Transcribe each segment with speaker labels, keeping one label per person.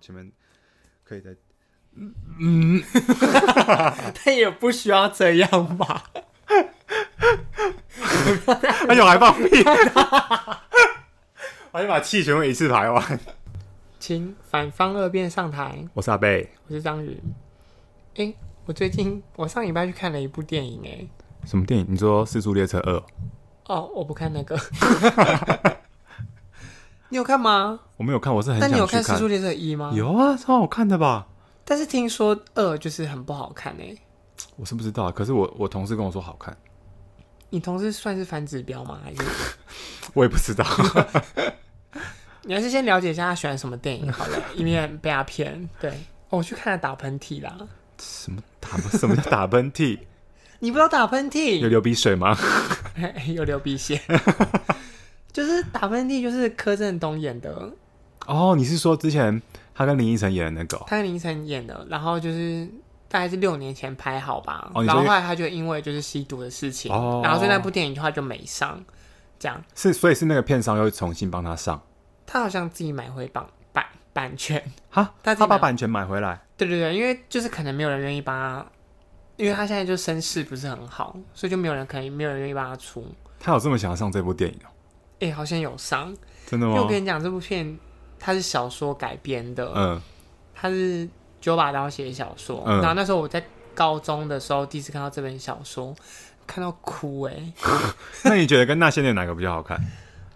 Speaker 1: 前面可以再
Speaker 2: 但也不需要这样吧？
Speaker 1: 哎呦，还放屁！ 我先把气全部一次排完。
Speaker 2: 请反方二辩上台，
Speaker 1: 我是阿贝，
Speaker 2: 我是章鱼。哎、我最近我上礼拜去看了一部电影、诶
Speaker 1: 什么电影？你说《四速列车二》？
Speaker 2: 哦，我不看那个。 你有看吗？
Speaker 1: 我没有看，我是很
Speaker 2: 但
Speaker 1: 想
Speaker 2: 你有
Speaker 1: 去
Speaker 2: 看《时速列车一》吗？。
Speaker 1: 有啊，超好看的吧？
Speaker 2: 但是听说二就是很不好看诶、
Speaker 1: 我是不知道，可是我我同事跟我说好看，
Speaker 2: 你同事算是反指标吗？还是
Speaker 1: 我也不知道。
Speaker 2: 你还是先了解一下他喜欢什么电影好了，以免被他骗。对，哦，我去看了打喷嚏啦。
Speaker 1: 什么打什么叫打喷嚏？
Speaker 2: 你不知道打喷
Speaker 1: 有
Speaker 2: 嚏，
Speaker 1: 流鼻水吗？
Speaker 2: 又流鼻血，就是打喷嚏，就是柯震东演的，
Speaker 1: 哦，你是说之前他跟林依晨演的那个哦？
Speaker 2: 他跟林依晨演的，然后就是大概是六年前拍好吧，
Speaker 1: 哦你说
Speaker 2: 然后
Speaker 1: 因为
Speaker 2: 后来他就因为就是吸毒的事情，
Speaker 1: 哦
Speaker 2: 然后所以那部电影他就没上，这样
Speaker 1: 是，所以是那个片商又重新帮他上，
Speaker 2: 他好像自己买回版版版权，
Speaker 1: 哈，
Speaker 2: 他
Speaker 1: 他
Speaker 2: 自己
Speaker 1: 把
Speaker 2: 买
Speaker 1: 版权买回来，
Speaker 2: 对对对，因为就是可能没有人愿意帮他，因为他现在就身世不是很好，所以就没有人可以没有人愿意帮他出，
Speaker 1: 他有这么想要上这部电影哦？
Speaker 2: 哎、好像有上，
Speaker 1: 真的
Speaker 2: 因为
Speaker 1: 吗
Speaker 2: 我？跟你讲这部片它是小说改编的，
Speaker 1: 嗯，
Speaker 2: 他是九把刀写的小说，
Speaker 1: 嗯
Speaker 2: 然后那时候我在高中的时候第一次看到这本小说，看到哭哎、
Speaker 1: 那你觉得跟那些年哪个比较好看？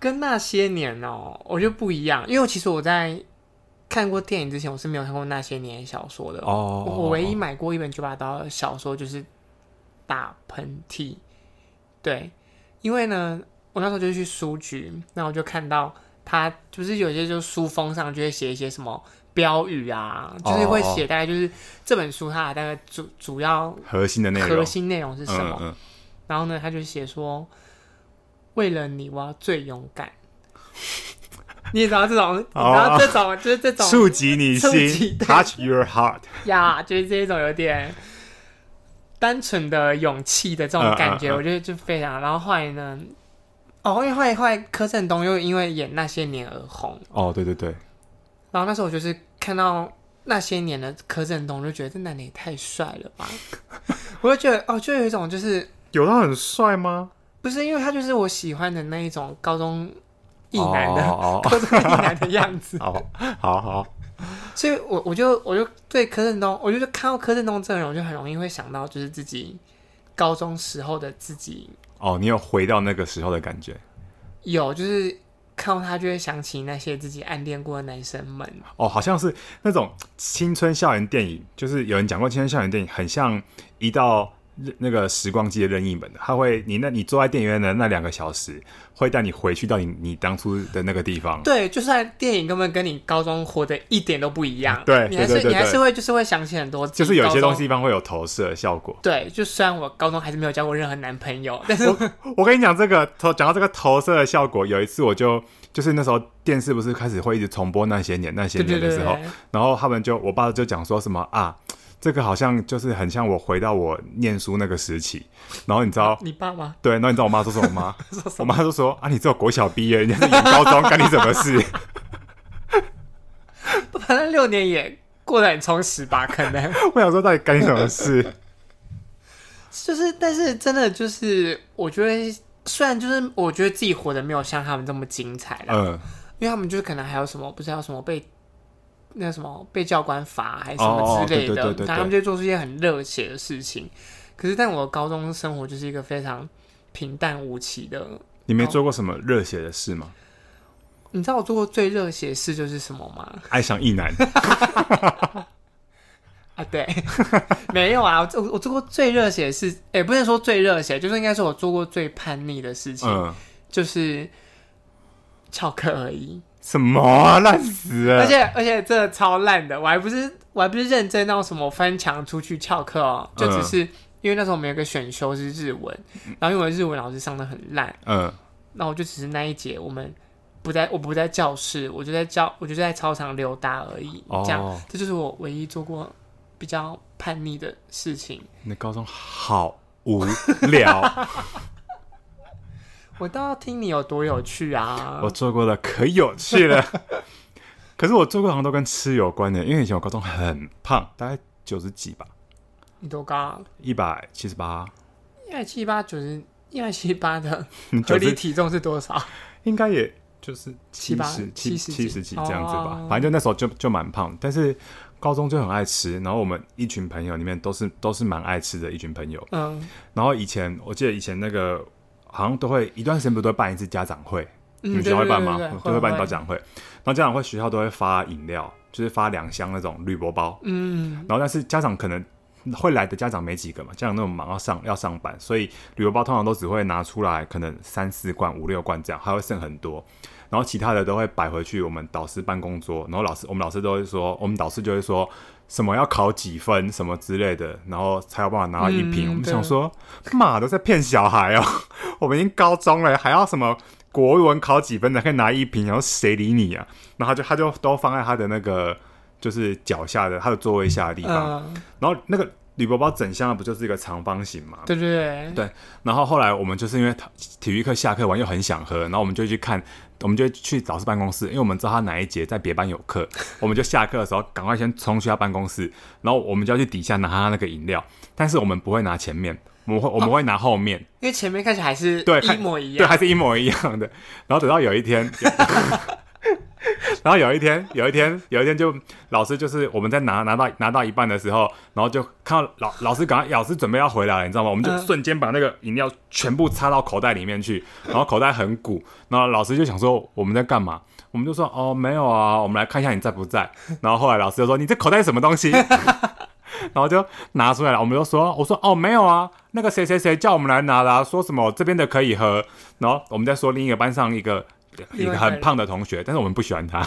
Speaker 2: 跟那些年哦、我觉得不一样，因为其实我在看过电影之前，我是没有看过那些年的小说的。
Speaker 1: 哦
Speaker 2: 我我唯一买过一本九把刀的小说就是《打喷嚏》，对，因为呢，我那时候就去书局，那我就看到他就是有些就是书封上就会写一些什么标语啊，就是
Speaker 1: 哦
Speaker 2: 会写大概就是这本书它的大概主主要
Speaker 1: 核心的内容
Speaker 2: 核心内容是什么，
Speaker 1: 嗯嗯
Speaker 2: 然后呢，他就写说：“为了你，我要最勇敢。” 你也知道这种，你知
Speaker 1: 哦
Speaker 2: 道这种就是这
Speaker 1: 嗯，
Speaker 2: 种
Speaker 1: 触及你
Speaker 2: 触及
Speaker 1: 心
Speaker 2: 对
Speaker 1: ，touch your heart。
Speaker 2: 呀，就是这种有点单纯的勇气的这种感觉，
Speaker 1: 嗯嗯嗯
Speaker 2: 我觉得就非常。然后后来呢，哦，因为后来后来柯震东又因为演那些年而红，
Speaker 1: 哦，对对对，
Speaker 2: 然后那时候我就是看到那些年的柯震东，就觉得这男的也太帅了 吧，我就觉得哦，就有一种就是
Speaker 1: 有他很帅吗？
Speaker 2: 不是因为他就是我喜欢的那一种高中一男的、
Speaker 1: 哦
Speaker 2: 高中一男的样子，
Speaker 1: 哦哦，好好好，
Speaker 2: 所以我我就我就对柯震东，我就是看到柯震东这个人，我就很容易会想到就是自己高中时候的自己
Speaker 1: 哦，你有回到那个时候的感觉
Speaker 2: 有，就是看到他就会想起那些自己暗恋过的男生们，
Speaker 1: 哦，好像是那种青春校园电影，就是有人讲过青春校园电影很像一道那个时光机的任意门，它会你那你坐在电影院的那两个小时，会带你回去到你你当初的那个地方。
Speaker 2: 对，就算电影根本跟你高中活的一点都不一样，
Speaker 1: 对
Speaker 2: 你还是
Speaker 1: 对对对对
Speaker 2: 你还是会就是会想起很多，
Speaker 1: 就是有一些东。西地方会有投射的效果。
Speaker 2: 对，就虽然我高中还是没有交过任何男朋友，但是
Speaker 1: 我跟你讲，这个投讲到这个投射的效果，有一次我就就是那时候电视不是开始会一直重播那些年那些
Speaker 2: 对
Speaker 1: 年
Speaker 2: 对对
Speaker 1: 的
Speaker 2: 对
Speaker 1: 时候，
Speaker 2: 对
Speaker 1: 然后他们就我爸就讲说什么啊，这个好像就是很像我回到我念书那个时期，然后你知 道。
Speaker 2: 你爸妈
Speaker 1: 对，然后你知道我妈说什么 吗？我妈就说啊，你只有国小毕业，人家是演高中，干你什么 事？
Speaker 2: 反正六年也过得很充实吧，可能
Speaker 1: 我想说，到底干你什么 事？
Speaker 2: 就是，但是真的就是，我觉得虽然就是我觉得自己活得没有像他们这么精彩了，
Speaker 1: 嗯，
Speaker 2: 因为他们就是可能还有什么不知道什么被那什么被教官罚还是什
Speaker 1: 哦
Speaker 2: 么
Speaker 1: 哦
Speaker 2: 之类的，
Speaker 1: 对对对对
Speaker 2: 然后他们就做出一些很热血的事情。可是，但我的高中生活就是一个非常平淡无奇的。
Speaker 1: 你没做过什么热血的事吗？
Speaker 2: 你知道我做过最热血的事就是什么吗？
Speaker 1: 爱上一 男，
Speaker 2: 啊，对， 没有啊，我做我做过最热血的事，也、不能说最热血，就是应该是我做过最叛逆的事情，
Speaker 1: 嗯，
Speaker 2: 就是翘课而 已。
Speaker 1: 什么烂死了？
Speaker 2: 而且而且这超烂的，我还不是我还不是认真到什么翻墙出去翘课哦，就只是、因为那时候我们有个选修是日文，然后因为我日文老师上的很烂，
Speaker 1: 嗯，
Speaker 2: 那我就只是那一节我们不在我不在教室，我就在教我就在操场溜达而已，
Speaker 1: 哦
Speaker 2: 这样这就是我唯一做过比较叛逆的事情。
Speaker 1: 你的高中好无聊。
Speaker 2: 我倒要听你有多有趣啊！
Speaker 1: 我做过的可有趣了。可是我做过好像都跟吃有关的，因为以前我高中很胖，大概九十几吧，
Speaker 2: 你多高、啊？
Speaker 1: 一百七十八，
Speaker 2: 一百七八九十，一百七八的合
Speaker 1: 九
Speaker 2: 理
Speaker 1: 十
Speaker 2: 体重是多少？
Speaker 1: 应该也就是
Speaker 2: 七八
Speaker 1: 十七
Speaker 2: 七
Speaker 1: 七
Speaker 2: 十几
Speaker 1: 十几这样子吧
Speaker 2: 哦，
Speaker 1: 反正就那时候就就蛮胖，但是高中就很爱吃，然后我们一群朋友里面都是都是蛮爱吃的一群朋友，
Speaker 2: 嗯
Speaker 1: 然后以前我记得以前那个好像都会一段时间不是都会办一次家长会，你
Speaker 2: 嗯，
Speaker 1: 们
Speaker 2: 对
Speaker 1: 学校会
Speaker 2: 对对
Speaker 1: 办
Speaker 2: 对
Speaker 1: 吗？
Speaker 2: 对，
Speaker 1: 都会办到家长会，然后家长会学校都会发饮料，就是发两箱那种铝箔包，
Speaker 2: 嗯，
Speaker 1: 然后但是家长可能会来的家长没几个嘛，家长那么忙要上要上班，所以旅游包通常都只会拿出来可能三四罐、五六罐这样，还会剩很多。然后其他的都会摆回去我们导师办公桌，然后老师我们老师都会说，我们导师就会说什么要考几分什么之类的，然后才有办法拿到一瓶。
Speaker 2: 嗯
Speaker 1: 我们
Speaker 2: 对
Speaker 1: 想说，妈的在骗小孩哦， 我们已经高中了，还要什么国文考几分才可以拿一瓶？然后谁理你啊？然后他就他就都放在他的那个就是脚下的他的座位下的地方，
Speaker 2: 嗯，
Speaker 1: 然后那个铝箔包整箱的不就是一个长方形嘛？
Speaker 2: 对对对，
Speaker 1: 对。然后后来我们就是因为他体育课下课完又很想喝，然后我们就去看，我们就去老师办公室，因为我们知道他哪一节在别班有课，我们就下课的时候赶快先冲去他办公室，然后我们就要去底下拿他那个饮料，但是我们不会拿前面。我们会我们会拿后面，
Speaker 2: 因为前面看起来还是
Speaker 1: 对，
Speaker 2: 一模
Speaker 1: 对，
Speaker 2: 一样，
Speaker 1: 还是一模一样的。然后等到有一天，然后有一天，有一天，有一天就老师就是我们在拿拿到拿到一半的时候，然后就看到老老师赶快老师准备要回来了，你知道吗？我们就
Speaker 2: 嗯
Speaker 1: 瞬间把那个饮料全部插到口袋里面去，然后口袋很鼓，然后老师就想说我们在干嘛？我们就说哦没有啊，我们来看一下你在不在。然后后来老师就说你这口袋是什么东西？ 然后就拿出来了。我们就说，我说哦，没有啊，那个谁谁谁叫我们来拿的、啊，说什么这边的可以喝。然后我们再说另一个班上一个一个
Speaker 2: 另外一个
Speaker 1: 很胖的同学，但是我们不喜欢他。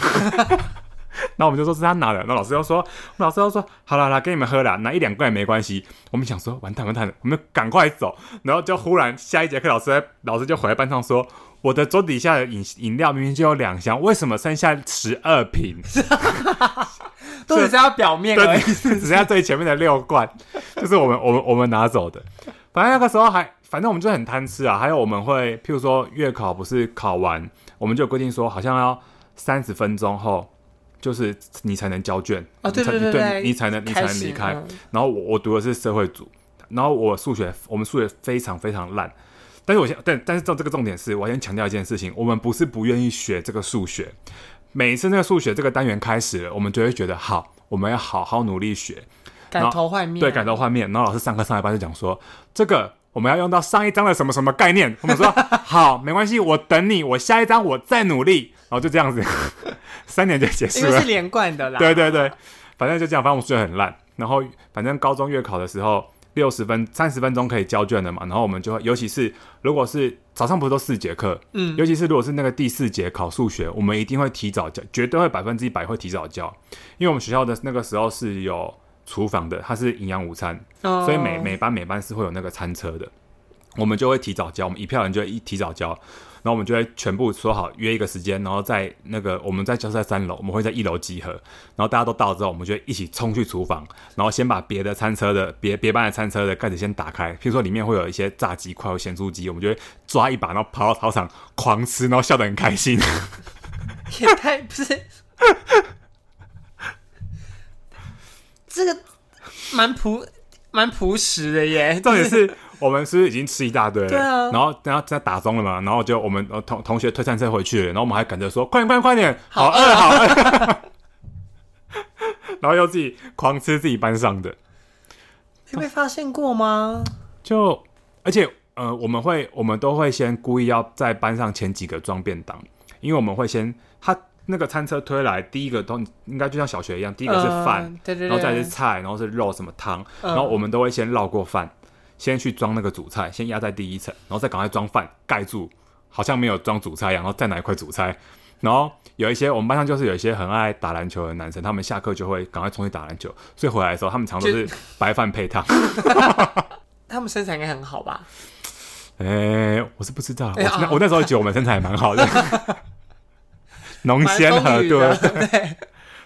Speaker 1: 那我们就说是他拿的，那老师又说，老师又说，好啦好啦，给你们喝啦，拿一两罐也没关系。我们想说，完蛋完蛋了，我们赶快走。然后就忽然下一节课，老师在老师就回来班上说，我的桌底下的饮饮料明明就有两箱，为什么剩下十二瓶？
Speaker 2: 都只是要表面而
Speaker 1: 对，
Speaker 2: 已。
Speaker 1: 只剩下最前面的六罐，就是我们我们我们拿走的。反正那个时候还，反正我们就很贪吃啊。还有我们会，譬如说月考不是考完，我们就有规定说，好像要三十分钟后，就是你才能交卷
Speaker 2: 哦对
Speaker 1: 你才
Speaker 2: 对对对
Speaker 1: 你才能你才
Speaker 2: 开
Speaker 1: 能
Speaker 2: 始
Speaker 1: 离开。
Speaker 2: 嗯
Speaker 1: 然后我我读的是社会组，然后我数学我们数学非常非常烂。但是我先，但但是这这个重点是，我先强调一件事情，我们不是不愿意学这个数学，每一次那个数学这个单元开始了，我们就会觉得好，我们要好好努力学，
Speaker 2: 改头换面，啊
Speaker 1: 对，改头换面。然后老师上课上一半就讲说，这个我们要用到上一章的什么什么概念。我 们说好，没关系，我等你，我下一章我再努力。然后就这样子， 三年就结
Speaker 2: 因
Speaker 1: 束
Speaker 2: 为
Speaker 1: 了
Speaker 2: 是。啊连贯的啦。
Speaker 1: 对对对，反正就这样，反正我数学很烂。然后反正高中月考的时候，六十分、三十分钟可以交卷的嘛。然后我们就会，尤其是如果是早上不是都四节课，
Speaker 2: 嗯
Speaker 1: 尤其是如果是那个第四节考数学，我们一定会提早交，绝对会百分之一百会提早交，因为我们学校的那个时候是有厨房的，它是营养午餐，
Speaker 2: 哦，
Speaker 1: 所以每每班每班是会有那个餐车的，我们就会提早交，我们一票人就会一提早交，然后我们就会全部说好约一个时间，然后在那个我们在教室在三楼，我们会在一楼集合，然后大家都到之后，我们就会一起冲去厨房，然后先把别的餐车的别别班的餐车的盖子先打开，譬如说里面会有一些炸鸡块或咸酥鸡，我们就会抓一把，然后跑到操场狂吃，然后笑得很开心。
Speaker 2: 也太不是， 这个蛮朴蛮朴实的耶。
Speaker 1: 重点是我们是不是已经吃一大堆了？
Speaker 2: 对啊
Speaker 1: 然后然后在打钟了嘛，然后就我们呃同同学推餐车回去了，然后我们还赶着说快点快点快点，好饿好饿， 然后又自己狂吃自己班上的，
Speaker 2: 你被发现过吗？
Speaker 1: 就而且呃我们会我们都会先故意要在班上前几个装便当，因为我们会先他那个餐车推来第一个都应该就像小学一样，第一个是饭，
Speaker 2: 嗯对对对，
Speaker 1: 然后再来是菜，然后是肉什么汤，然后我们都会先绕过饭，先去装那个主菜，先压在第一层，然后再赶快装饭盖住，好像没有装主菜一样，然后再拿一块主菜。然后有一些我们班上就是有一些很爱打篮球的男生，他们下课就会赶快冲去打篮球，所以回来的时候他们常都是白饭配汤。
Speaker 2: 他们身材应该很好吧？
Speaker 1: 哎、我是不知道啦，我
Speaker 2: 哎
Speaker 1: 那、
Speaker 2: 啊
Speaker 1: 我那时候觉得我们身材蛮 好的，浓
Speaker 2: 蛮
Speaker 1: 鲜
Speaker 2: 丰
Speaker 1: 和
Speaker 2: 腴
Speaker 1: 对
Speaker 2: 的，对，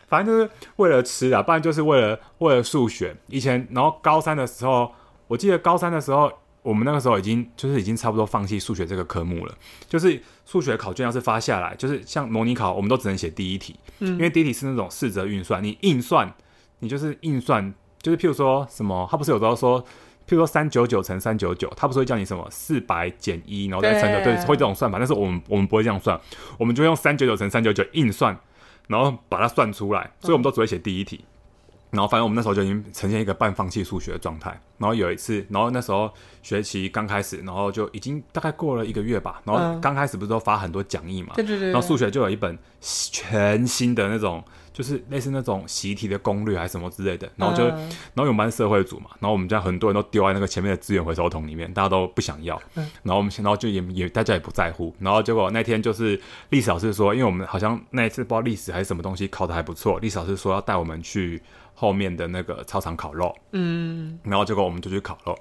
Speaker 1: 反正就是为了吃啊，不然就是为了为了数学。以前，然后高三的时候，我记得高三的时候，我们那个时候已经就是已经差不多放弃数学这个科目了。就是数学考卷要是发下来，就是像模拟考，我们都只能写第一题，
Speaker 2: 嗯
Speaker 1: 因为第一题是那种四则运算，你硬算，你就是硬算，就是譬如说什么，他不是有时候说。譬如说三九九乘三九九，他不是会叫你什么四百减一，然后再乘九，
Speaker 2: 对
Speaker 1: 对，会这种算法。但是我们我们不会这样算，我们就用三九九乘三九九硬算，然后把它算出
Speaker 2: 嗯
Speaker 1: 来。所以我们都只会写第一题。然后反正我们那时候就已经呈现一个半放弃数学的状态。然后有一次，然后那时候学期刚开始，然后就已经大概过了一个月吧。然后
Speaker 2: 嗯
Speaker 1: 刚开始不是都发很多讲义嘛，
Speaker 2: 对对对对
Speaker 1: 然后数学就有一本全新的那种，就是类似那种习题的攻略还是什么之类的。然后就，
Speaker 2: 嗯
Speaker 1: 然后因为我们班社会组嘛，然后我们家很多人都丢在那个前面的资源回收桶里面，大家都不想要。
Speaker 2: 嗯
Speaker 1: 然后我们然后就也也大家也不在乎。然后结果那天就是历史老师说，因为我们好像那一次不知道历史还是什么东西考的还不错，历史老师说要带我们去后面的那个操场烤肉。
Speaker 2: 嗯，
Speaker 1: 然后结果我们就去烤肉，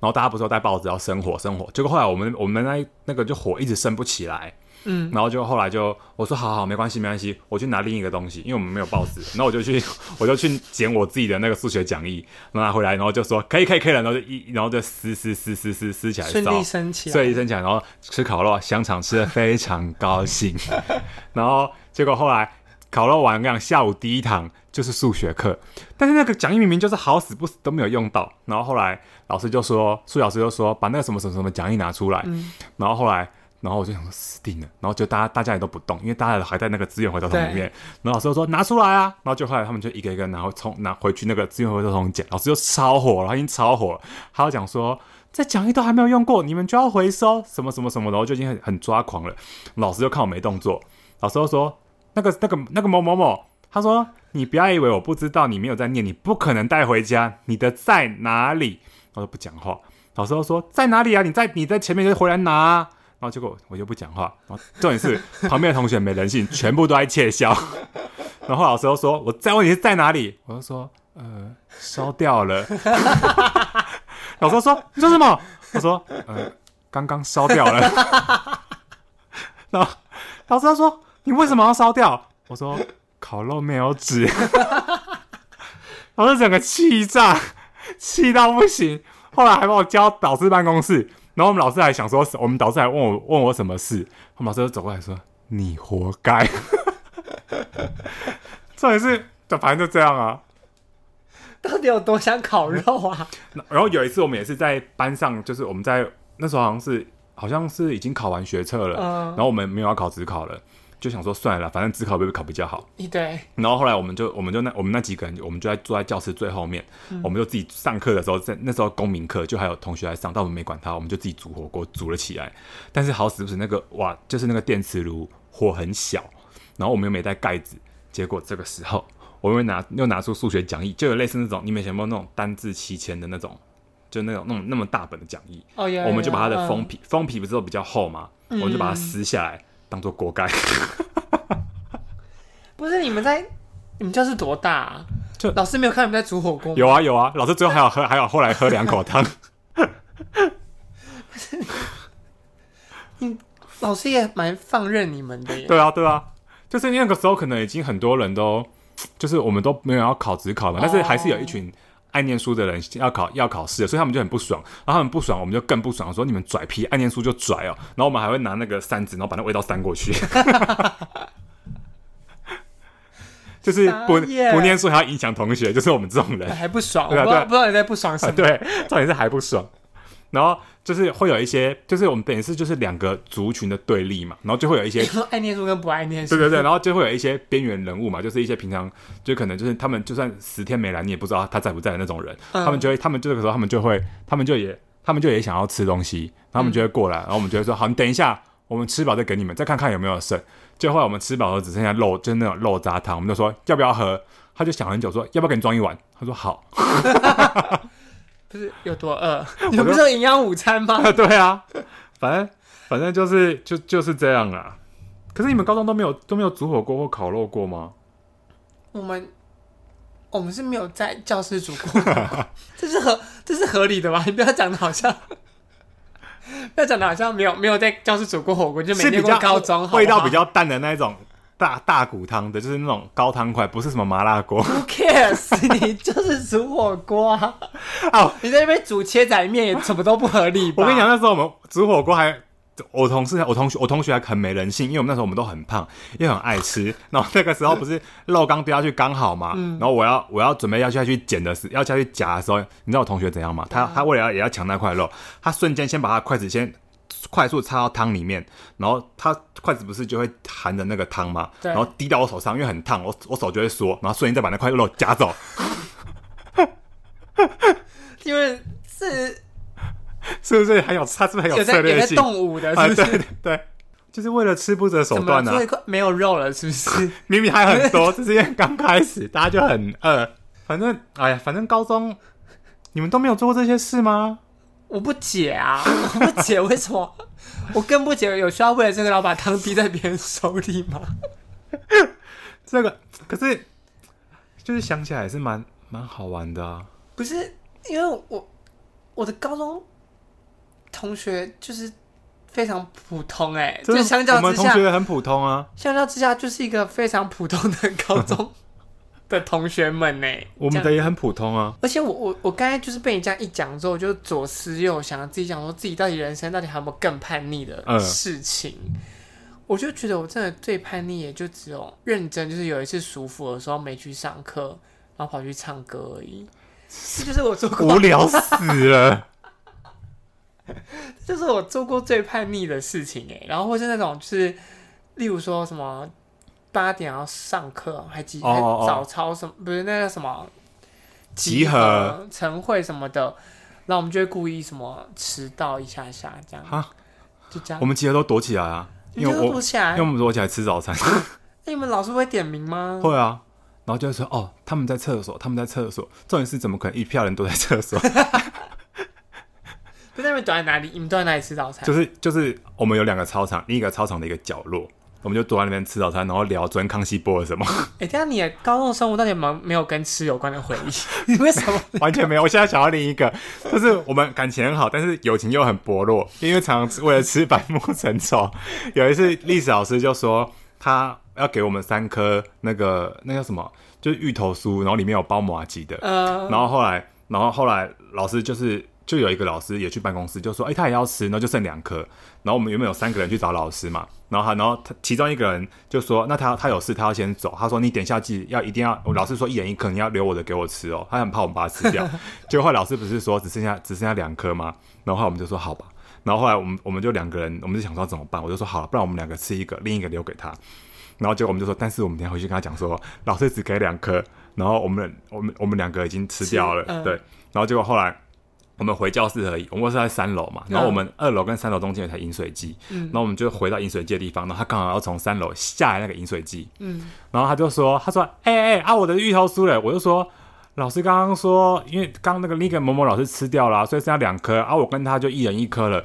Speaker 1: 然后大家不是都带报纸要生火生火，结果后来我们我们那一那个就火一直升不起来，
Speaker 2: 嗯，
Speaker 1: 然后就后来就我说好好没关系没关系，我去拿另一个东西，因为我们没有报纸，然后我就去我就去捡我自己的那个数学讲义，然后拿回来，然后就说可以可以可以了，然后就一然后就撕撕撕撕撕撕起来
Speaker 2: 顺
Speaker 1: 烧
Speaker 2: 利升起
Speaker 1: 所
Speaker 2: 来，
Speaker 1: 以升起来，然后吃烤肉，香肠吃的非常高兴。然后结果后来烤肉完，我跟你讲，下午第一堂就是数学课，但是那个讲义明明就是好死不死都没有用到。然后后来老师就说，数学老师就说把那个什么什么什么讲义拿出来。然后后来。然后我就想说死定了，然后就大家大家也都不动，因为大家还在那个资源回收桶里面。然后老师就说拿出来啊，然后就后来他们就一个一个拿回从拿回去那个资源回收桶捡，老师就超火了，他已经超火了，他就讲说这讲义都还没有用过，你们就要回收什么什么什么的，然后就已经很很抓狂了。老师就看我没动作，老师就说那个那个那个某某某，他说你不要以为我不知道你没有在念，你不可能带回家，你的在哪里？我就不讲话。老师就说在哪里啊？你在你在前面就回来拿啊、然后结果我就不讲话。然后重点是旁边的同学没人性，全部都在窃笑。 然后老师又说我再问你是在哪里，我就说呃烧掉了。 老师说你说什么？我说呃刚刚烧掉了。 然后老师他说你为什么要烧掉？我说烤肉没有纸。 老师整个气炸，气到不行。后来还把我叫到导师办公室，然后我们老师还想说，我们导师还问我问我什么事，我们老师就走过来说：“你活该。” 重点是，反正就这样啊。
Speaker 2: 到底有多想烤肉啊？
Speaker 1: 然后有一次我们也是在班上，就是我们在那时候好像是好像是已经考完学测了，
Speaker 2: 嗯
Speaker 1: 然后我们没有要考职考了，就想说算了啦，反正职考会不会考比较好？
Speaker 2: 一对，
Speaker 1: 然后后来我们就我们就那我们那几个人，我们就在坐在教室最后面，
Speaker 2: 嗯
Speaker 1: 我们就自己上课的时候，在那时候公民课就还有同学来上，但我们没管他，我们就自己煮火锅煮了起来。但是好死不死那个哇，就是那个电磁炉火很小，然后我们又没带盖子，结果这个时候我又拿又拿出数学讲义，就有类似那种你们有没有那种单字七千的那种，就那种那种那么大本的讲义，
Speaker 2: 哦有，嗯
Speaker 1: 我们就把它的封
Speaker 2: 风，
Speaker 1: 皮，封皮不是都比较厚吗？我们就把它撕下来当做锅盖。
Speaker 2: 不是你们在，你们教室多大啊？
Speaker 1: 就
Speaker 2: 老师没有看你们在煮火锅吗？
Speaker 1: 有啊有啊，老师最后还有喝，还有后来喝两口汤。
Speaker 2: 老师也蛮放任你们的耶。
Speaker 1: 对啊对啊，就是那个时候可能已经很多人都，就是我们都没有要考职考嘛，但是还
Speaker 2: 哦
Speaker 1: 是有一群爱念书的人要考要考试的，所以他们就很不爽，然后他们不爽，我们就更不爽，说你们拽皮爱念书就拽哦，然后我们还会拿那个扇子，然后把那味道扇过去。 就是不
Speaker 2: 傻眼
Speaker 1: 不念书还要影响同学，就是我们这种人。
Speaker 2: 还不爽，我
Speaker 1: 对啊
Speaker 2: 不知
Speaker 1: 对啊
Speaker 2: 道不知道你在不爽什么。
Speaker 1: 对，重点是还不爽。然后就是会有一些，就是我们等于是就是两个族群的对立嘛，然后就会有一些
Speaker 2: 你说爱念书跟不爱念书，
Speaker 1: 啊对对对，然后就会有一些边缘人物嘛，就是一些平常就可能就是他们就算十天没来，你也不知道他在不在的那种人，
Speaker 2: 嗯
Speaker 1: 他们就会他们这个时候他们就会他们就也他们就也想要吃东西，然后他们就会过来，然后我们就会说好，你等一下，我们吃饱再给你们，再看看有没有剩。就后来我们吃饱了，只剩下肉，就是那种肉渣汤，我们就说要不要喝，他就想很久说要不要给你装一碗，他说 好，
Speaker 2: 不是有多饿？你们不是有营养午餐吗？
Speaker 1: 对啊，反正反正就是就就是这样啊。可是你们高中都没有都没有煮火锅或烤肉过吗？
Speaker 2: 我们我们是没有在教室煮 过，这是合这是合理的吧？你不要讲的好像，不要讲的好像没有没有在教室煮过火锅，就没
Speaker 1: 是
Speaker 2: 念
Speaker 1: 比
Speaker 2: 过
Speaker 1: 较
Speaker 2: 高中，好不好
Speaker 1: 味道比较淡的那一种大大骨汤的，就是那种高汤块，不是什么麻辣锅
Speaker 2: Who cares？你 就是煮火锅啊！
Speaker 1: 哦。
Speaker 2: 你在那边煮切仔面也什么都不合理吧？
Speaker 1: 我跟你讲，，那时候我们煮火锅还。我同事、我同学、我同学还很没人性，因为我们那时候我们都很胖，又很爱吃。 然后那个时候不是肉刚丢下去刚好嘛，
Speaker 2: 嗯
Speaker 1: 然后我要我要准备要下去捡的时，要下去夹的时候，你知道我同学怎样吗？
Speaker 2: 嗯
Speaker 1: 他他为了要也要抢那块肉，他瞬间先把他筷子先快速插到汤里面，然后他筷子不是就会含着那个汤嘛，
Speaker 2: 对
Speaker 1: 然后滴到我手上，因为很烫，我我手就会缩，然后瞬间再把那块肉夹走。
Speaker 2: 因为是
Speaker 1: 是不是很有？他是不是很
Speaker 2: 有在
Speaker 1: 策
Speaker 2: 有
Speaker 1: 略
Speaker 2: 在
Speaker 1: 性？
Speaker 2: 动武的，
Speaker 1: 啊，
Speaker 2: 是不
Speaker 1: 对
Speaker 2: 是？
Speaker 1: 对对，就是为了吃不择手
Speaker 2: 怎么
Speaker 1: 段
Speaker 2: 了
Speaker 1: 啊
Speaker 2: 做一。块没有肉了，是不是？
Speaker 1: 明明还很多，这是因为刚开始大家就很饿。反正哎呀，反正高中你们都没有做过这些事吗？
Speaker 2: 我不解啊， 我不解为什么，我更不解有需要为了这个老把汤滴在别人手里吗？
Speaker 1: 这个可是就是想起来也是蛮蛮好玩的啊。
Speaker 2: 不是，因为我我的高中同学就是非常普通哎、
Speaker 1: 真
Speaker 2: 就
Speaker 1: 的
Speaker 2: 相较
Speaker 1: 我
Speaker 2: 之
Speaker 1: 们同
Speaker 2: 下，
Speaker 1: 学很普通啊，
Speaker 2: 相较之下就是一个非常普通的高中的同学们呢、欸
Speaker 1: 我们
Speaker 2: 这
Speaker 1: 的
Speaker 2: 样
Speaker 1: 也很普通啊。
Speaker 2: 而且我我我刚才就是被你这样一讲之后，我就左思右想，自己想说自己到底人生到底还有没有更叛逆的
Speaker 1: 嗯
Speaker 2: 事情。我就觉得我真的最叛逆，也就只有认真，就是有一次舒服的时候没去上课，然后跑去唱歌而已。这就是我做过
Speaker 1: 无聊死 了，
Speaker 2: 这是我做过最叛逆的事情哎，然后或是那种就是，例如说什么八点要上课，还集
Speaker 1: 哦哦哦
Speaker 2: 还早操什么，不是那个什么
Speaker 1: 集合
Speaker 2: 晨会什么的，然后我们就会故意什么迟到一下下这样，
Speaker 1: 哈
Speaker 2: 就这样，
Speaker 1: 我们集合都躲起来啊，
Speaker 2: 你
Speaker 1: 因
Speaker 2: 就
Speaker 1: 为
Speaker 2: 是
Speaker 1: 我
Speaker 2: 躲起
Speaker 1: 因
Speaker 2: 来哎
Speaker 1: 为我。们躲起来吃早餐，
Speaker 2: 那你们老师不会点名吗？
Speaker 1: 会啊。然后就会说哦，他们在厕所，他们在厕所。重点是怎么可能一票人都在厕所？
Speaker 2: 不是那你们躲在哪里？你们躲在哪里吃早餐？
Speaker 1: 就是就是我们有两个操场，另一个操场的一个角落，我们就坐在那边吃早餐，然后聊昨天康熙播了什么，
Speaker 2: 哎、这样你的高中生活到底有没有没有跟吃有关的回忆？ 你为什么？
Speaker 1: 完全没有。我现在想要另一个，就是我们感情很好，但是友情又很薄弱，因为常常为了吃反目成仇。有一次历史老师就说他要给我们三颗那个那叫什么，就是芋头酥，然后里面有包麻吉的，
Speaker 2: 呃，
Speaker 1: 然后后来，然后后来老师就是就有一个老师也去办公室，就说：“哎、他也要吃。”然后就剩两颗。然后我们原本有三个人去找老师嘛，然后他，然后他其中一个人就说：“那他他有事，他要先走。”他说：“你等一下记要一定要，我老师说一人一颗，你要留我的给我吃哦。”他很怕我们把它吃掉。结果后来老师不是说只剩下只剩下两颗吗？然后后来我们就说好吧。然后后来我们我们就两个人，我们就想说怎么办？我就说好了，不然我们两个吃一个，另一个留给他。然后结果我们就说，但是我们等一下回去跟他讲说，老师只给两颗，然后我们我们我们两个已经吃掉了，
Speaker 2: 吃嗯
Speaker 1: 对。然后结果后来我们回教室而已，我们是在三楼嘛，然后我们二楼跟三楼中间有台饮水机，然后我们就回到饮水机的地方，然后他刚好要从三楼下来那个饮水机，
Speaker 2: 嗯，
Speaker 1: 然后他就说，他说，哎、哎、啊，我的芋头酥了，我就说。老师刚刚说，因为刚刚那个那个某某老师吃掉了啊、所以剩下两颗啊，我跟他就一人一颗了，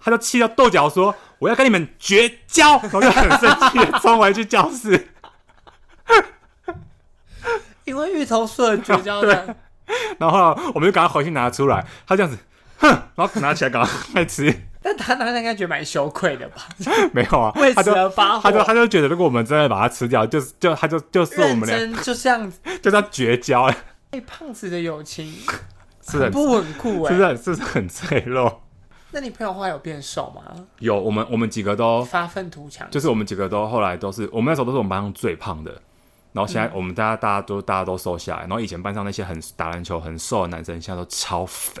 Speaker 1: 他就气到跺脚说：“我要跟你们绝交！”然后就很生气 的冲回去教室。
Speaker 2: 因为芋头酥的绝交 的。
Speaker 1: 然后我们就赶快回去拿出来，他这样子，哼，然后拿起来赶快吃，
Speaker 2: 但他当时应该觉得蛮羞愧的吧？
Speaker 1: 没有啊
Speaker 2: 为，
Speaker 1: 他
Speaker 2: 此
Speaker 1: 就
Speaker 2: 而发火，
Speaker 1: 他就他就觉得如果我们真的把它吃掉，就是就他就就是我
Speaker 2: 认
Speaker 1: 们俩
Speaker 2: 真就这样子。
Speaker 1: 就是要绝交，
Speaker 2: 哎，胖子的友情
Speaker 1: 是不是很
Speaker 2: 不稳固
Speaker 1: 是不
Speaker 2: 哎、
Speaker 1: 是很是不是很脆弱？
Speaker 2: 那你朋友后来有变瘦吗？
Speaker 1: 有我们我们几个都
Speaker 2: 发愤图强，
Speaker 1: 就是我们几个都后来都是我们那时候都是我们班上最胖的，然后现在
Speaker 2: 嗯
Speaker 1: 我们大家、大家都大家都瘦下来，然后以前班上那些很打篮球很瘦的男生现在都超肥，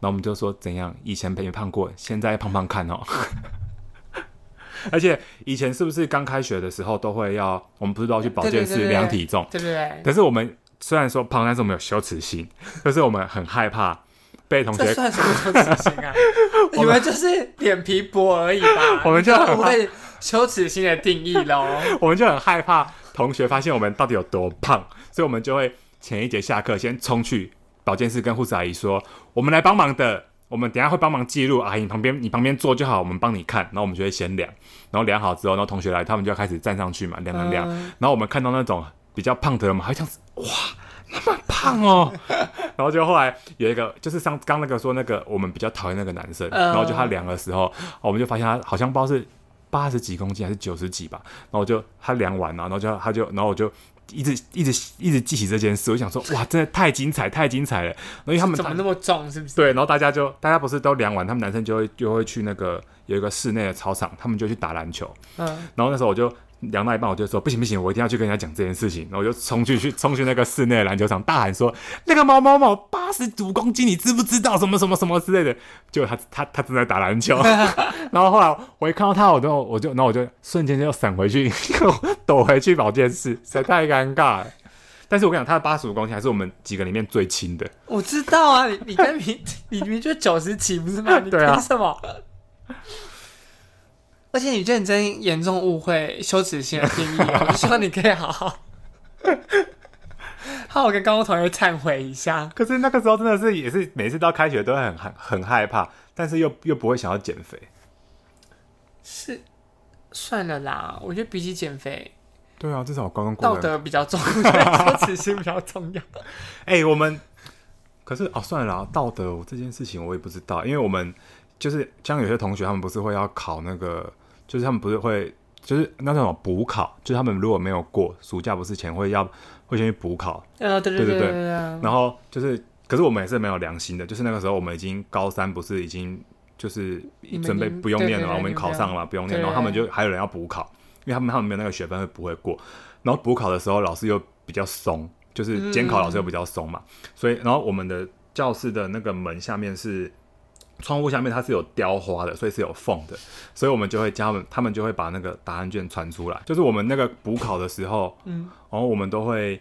Speaker 1: 然后我们就说怎样以前没胖过，现在胖胖看哦。 而且以前是不是刚开学的时候都会要，我们不是都要去保
Speaker 2: 对对
Speaker 1: 健
Speaker 2: 对
Speaker 1: 室
Speaker 2: 对
Speaker 1: 量体重？
Speaker 2: 对不对？
Speaker 1: 可是我们虽然说胖，但是我们有羞耻心，就是我们很害怕被同
Speaker 2: 这
Speaker 1: 学，
Speaker 2: 算什么羞耻心 啊？你们就是脸皮薄而已吧？
Speaker 1: 我们就
Speaker 2: 你
Speaker 1: 很
Speaker 2: 不会羞耻心的定义喽。
Speaker 1: 我们就很害怕同学发现我们到底有多胖，所以我们就会前一节下课先冲去保健室跟护士阿姨说，我们来帮忙的，我们等一下会帮忙记录，阿姨你旁边你旁边坐就好，我们帮你看，然后我们就会先量，然后量好之后，然后同学来，他们就开始站上去嘛，量量量，
Speaker 2: 嗯
Speaker 1: 然后我们看到那种比较胖的人，我们还这样子，哇，那么胖哦。然后就后来有一个，就是上刚那个说那个我们比较讨厌那个男生，
Speaker 2: 嗯
Speaker 1: 哦然后就他量的时候，我们就发现他好像不知道是八十几公斤还是九十几吧，然后我就他量完了、然后就他就然后我就一直一直一直记起这件事，我就想说哇，真的太精彩太精彩了，然后因为他们
Speaker 2: 怎么那么重？是不是？
Speaker 1: 对，然后大家就大家不是都量完，他们男生就会就会去那个有一个室内的操场，他们就去打篮球，
Speaker 2: 嗯，
Speaker 1: 然后那时候我就量到一半，我就说不行不行，我一定要去跟人家讲这件事情。然后我就冲去 去冲去那个室内的篮球场，大喊说：“那个某某某八十五公斤，你知不知道？什么什么什么之类的。”就他他他正在打篮 球，然后后来我一看到他，我就我就然后我就瞬间就闪回去，躲回去保健室，实在太尴尬了。但是我跟你讲，他的八十五公斤还是我们几个里面最轻的。
Speaker 2: 我知道啊，你你跟你你明明就九十几不是吗？你凭
Speaker 1: 对啊
Speaker 2: 什么？而且你认真严重误会羞耻心的定义，我希望你可以 好好，好好跟高中同学忏悔一下。
Speaker 1: 可是那个时候真的是也是每次到开学都会很很很害怕，但是又又不会想要减肥。
Speaker 2: 是，算了啦，我觉得比起减肥，
Speaker 1: 对啊，至少我高中过
Speaker 2: 道
Speaker 1: 得
Speaker 2: 德比较重要，羞耻心比较 重要。
Speaker 1: 哎、我们可是哦，算了啦，道德这件事情我也不知道，因为我们就是像有些同学，他们不是会要考那个，就是他们不是会就是那种补考，就是他们如果没有过暑假，不是前会要会先去补考，
Speaker 2: 呃，对
Speaker 1: 对对
Speaker 2: 对
Speaker 1: 对
Speaker 2: 对，
Speaker 1: 然后就是，可是我们也是没有良心的，就是那个时候我们已经高三，不是已经就是
Speaker 2: 你们已经
Speaker 1: 准备不用念了嘛，
Speaker 2: 对对对
Speaker 1: 我们已经考上了嘛，不用念，
Speaker 2: 对
Speaker 1: 然后他们就还有人要补考，因为他们他们没有那个学分会不会过，然后补考的时候老师又比较松，
Speaker 2: 嗯
Speaker 1: 就是监考老师又比较松嘛，所以然后我们的教室的那个门下面是。窗户下面它是有雕花的，所以是有缝的，所以我们就会叫他们，他们就会把那个答案卷传出来。就是我们那个补考的时候，
Speaker 2: 嗯，
Speaker 1: 然后我们都会，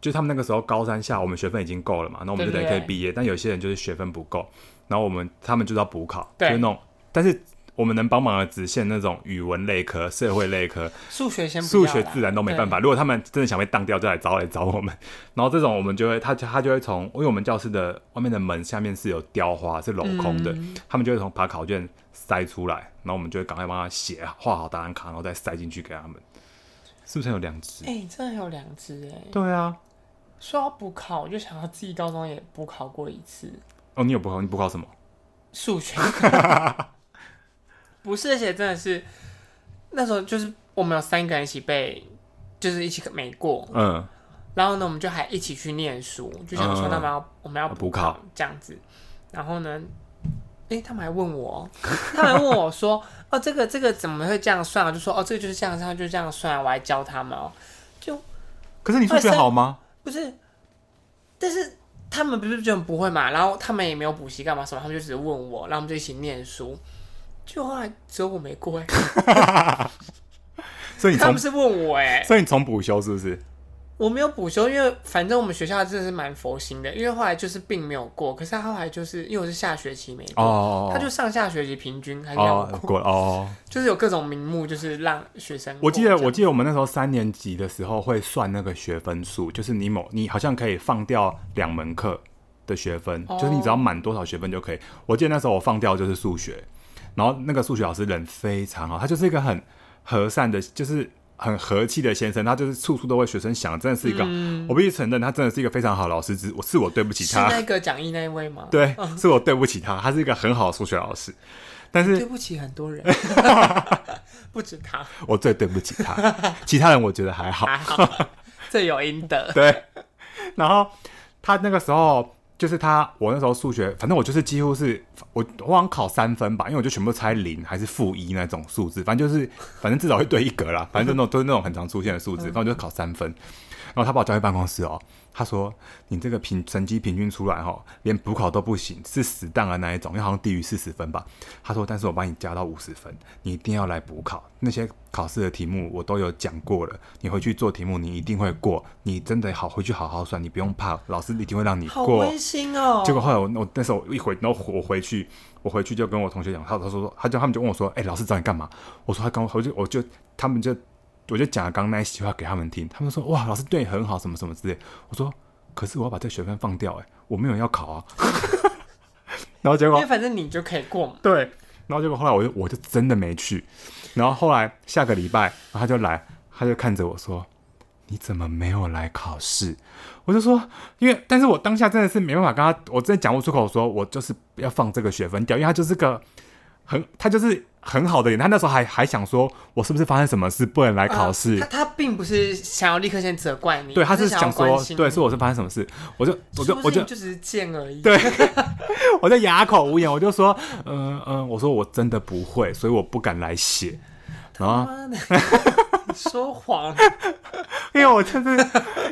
Speaker 1: 就他们那个时候高三下，我们学分已经够了嘛，那我们就等
Speaker 2: 对对
Speaker 1: 于
Speaker 2: 对
Speaker 1: 可以毕业。但有些人就是学分不够，然后我们他们就是要补考，就
Speaker 2: 对
Speaker 1: 是那种，但是我们能帮忙的只限那种语文类科、社会类科、
Speaker 2: 数学先不
Speaker 1: 数
Speaker 2: 要
Speaker 1: 学、
Speaker 2: 啦
Speaker 1: 自然都没办。法。如果他们真的想被当掉，就来找来找我们。然后这种我们就会，他他就会从，因为我们教室的外面的门下面是有雕花，是镂空的，
Speaker 2: 嗯
Speaker 1: 他们就会从把考卷塞出来，然后我们就会赶快帮他写画好答案卡，然后再塞进去给他们。是不是很有良知？
Speaker 2: 哎、你真的很有良知哎！
Speaker 1: 对啊，
Speaker 2: 说要补考，我就想到自己高中也补考过一次
Speaker 1: 哦，你有补考？你补考什么？
Speaker 2: 数学，不是，而且真的是那时候就是我们有三个人一起被，就是一起没过，
Speaker 1: 嗯，
Speaker 2: 然后呢，我们就还一起去念书，就想说
Speaker 1: 嗯
Speaker 2: 他们要、我们要补
Speaker 1: 补考
Speaker 2: 考这样子，然后呢。哎、他们还问我，他们还问我说：“哦，这个这个怎么会这样算啊？”我就说：“哦，这个就是这样算，就是这样算啊。”我还教他们哦，就
Speaker 1: 可是你数学好吗？
Speaker 2: 不是，但是他们不是就很不会嘛，然后他们也没有补习干嘛什么，他们就只是问我，然后我们就一起念书。就后来只有我没 过、欸，
Speaker 1: 所以你重
Speaker 2: 他们，是问我哎、
Speaker 1: 所以你重补修是不是？
Speaker 2: 我没有补修，因为反正我们学校真的是蛮佛心的，因为后来就是并没有过，可是他后来就是因为我是下学期没过，
Speaker 1: 哦，
Speaker 2: 他就上下学期平均还是让我
Speaker 1: 哦
Speaker 2: 过，
Speaker 1: 过了哦。
Speaker 2: 就是有各种名目就是让学生过
Speaker 1: 我记得
Speaker 2: 这样
Speaker 1: 我记得我们那时候三年级的时候会算那个学分数，就是你某你好像可以放掉两门课的学分，
Speaker 2: 哦
Speaker 1: 就是你只要满多少学分就可以。我记得那时候我放掉就是数学，然后那个数学老师人非常好，他就是一个很和善的，就是。很和气的先生，他就是处处都为学生想，真的是一个，我必须承认，他真的是一个非常好的老师，只是我是我对不起
Speaker 2: 嗯是
Speaker 1: 他。
Speaker 2: 那个讲义那一位吗？
Speaker 1: 对，是我对不起他，他是一个很好的数学老师，但
Speaker 2: 对
Speaker 1: 是
Speaker 2: 不起很 多人，不止他，
Speaker 1: 我最对不起 他，其他人我觉得还好。
Speaker 2: 还好，这有应得。
Speaker 1: 对，然后他那个时候就是他，我那时候数学，反正我就是几乎是我我好像考三分吧，因为我就全部猜零还是负一那种数字，反正就是反正至少会对一格啦，反正那种都是那种很常出现的数字，反正我就考三分。然后他把我叫去办公室哦，他说你这个平成绩平均出来哦，连补考都不行，是死当的那一种，因为好像低于四十分吧。他说，但是我帮你加到五十分，你一定要来补考。那些考试的题目我都有讲过了，你回去做题目，你一定会过。你真的好回去好好算，你不用怕，老师一定会让你
Speaker 2: 好
Speaker 1: 过。
Speaker 2: 温馨哦！
Speaker 1: 结果后来我我那时候我一回，然后我回去，我回去就跟我同学讲，他他说他就他们就问我说，哎、老师找你干嘛？我说他刚我就我就他们就我就讲了刚刚那一席话给他们听，他们说哇，老师对你很好，什么什么之类。我说可是我要把这个学分放掉、哎，我没有要考啊。 然后结
Speaker 2: 因
Speaker 1: 果
Speaker 2: 为反正你就可以过 嘛。
Speaker 1: 对，然后结果后来我就我就真的没去，然后后来下个礼拜，然后他就来，他就看着我说：“你怎么没有来考试？”我就说：“因为，但是我当下真的是没办法跟他，我真的讲不出口说我就是要放这个学分掉，因为他就是个很，他就是很好的人。他那时候还还想说，我是不是发生什么事不能来考试？
Speaker 2: 呃他他并不是想要立刻先责怪你，
Speaker 1: 对，他
Speaker 2: 是
Speaker 1: 是想
Speaker 2: 要
Speaker 1: 说
Speaker 2: 关，心
Speaker 1: 对，
Speaker 2: 你
Speaker 1: 是我是发生什么事，我就我就
Speaker 2: 殊不
Speaker 1: 我
Speaker 2: 知
Speaker 1: 就
Speaker 2: 你就只是贱而已。
Speaker 1: 对我就哑口无言，我就说，嗯嗯，我说我真的不会，所以我不敢来写。然后，
Speaker 2: 妈的，
Speaker 1: 哦
Speaker 2: 你说谎，
Speaker 1: 因为哎我真是，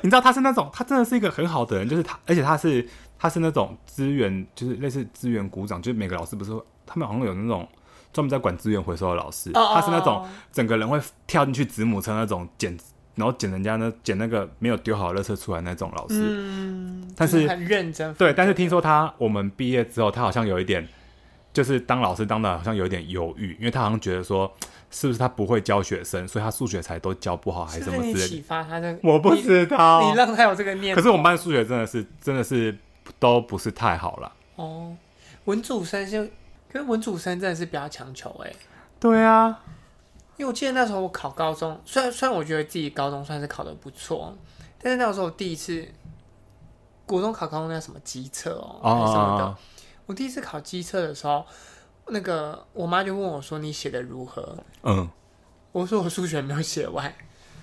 Speaker 1: 你知道他是那种，他真的是一个很好的人，就是他，而且他是他是那种资源，就是类似资源股长，就是每个老师不是会他们好像有那种专门在管资源回收的老师，
Speaker 2: 哦哦
Speaker 1: 他是那种
Speaker 2: 哦
Speaker 1: 整个人会跳进去子母车那种捡，然后捡人家呢捡那个没有丢好的垃圾出来那种老师。
Speaker 2: 嗯，
Speaker 1: 但
Speaker 2: 就是很认真。
Speaker 1: 对，但是听说他我们毕业之后，他好像有一点，就是当老师当的好像有点犹豫，因为他好像觉得说，是不是他不会教学生，所以他数学才都教不好，还
Speaker 2: 是
Speaker 1: 什
Speaker 2: 不是
Speaker 1: 么
Speaker 2: 你
Speaker 1: 之类
Speaker 2: 启
Speaker 1: 的。
Speaker 2: 发他的？
Speaker 1: 我不
Speaker 2: 你
Speaker 1: 知道，
Speaker 2: 你让他有这个念
Speaker 1: 可。是我们班数学真的是真的是都不是太好了。
Speaker 2: 哦，文主生就，可是文主生真的是比较强求哎、
Speaker 1: 对啊，
Speaker 2: 因为我记得那时候我考高中，虽然虽然我觉得自己高中算是考得不错，但是那时候我第一次国中考高中那什么机测哦，还是什么的
Speaker 1: 哦，，
Speaker 2: 我第一次考机测的时候，那个我妈就问我说：“你写的如何
Speaker 1: 嗯，？”
Speaker 2: 我说：“我数学没有写完。”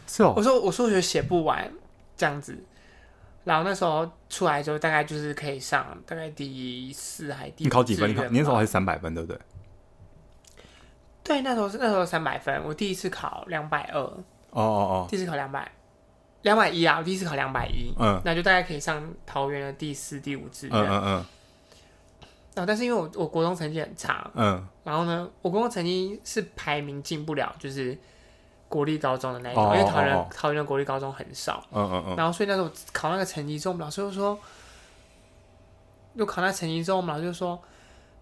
Speaker 1: 是哦
Speaker 2: 我，说我数学写不完这样子，然后那时候出来之后大概就是可以上大概第四还第
Speaker 1: 你考几分？你
Speaker 2: 志
Speaker 1: 考
Speaker 2: 愿
Speaker 1: 你那时候
Speaker 2: 吧
Speaker 1: 还是三百分，对不对？
Speaker 2: 对，那时候是那时候三百分，我第一次考两百二，
Speaker 1: 哦哦
Speaker 2: 第一次考两百两百一啊，我第一次考两百一
Speaker 1: 哦，，嗯
Speaker 2: 那就大概可以上桃园的第四、第五志愿。
Speaker 1: 嗯嗯嗯
Speaker 2: 然后但是因为我我国中成绩很差，
Speaker 1: 嗯，
Speaker 2: 然后呢，我国中成绩是排名进不了，就是国立高中的那一种，
Speaker 1: 哦
Speaker 2: 因为桃园
Speaker 1: 哦哦
Speaker 2: 桃园的国立高中很少。
Speaker 1: 嗯嗯嗯，
Speaker 2: 然后所以那时候我考那个成绩之后，我们老师就说，就考那成绩之后，我们老师就说，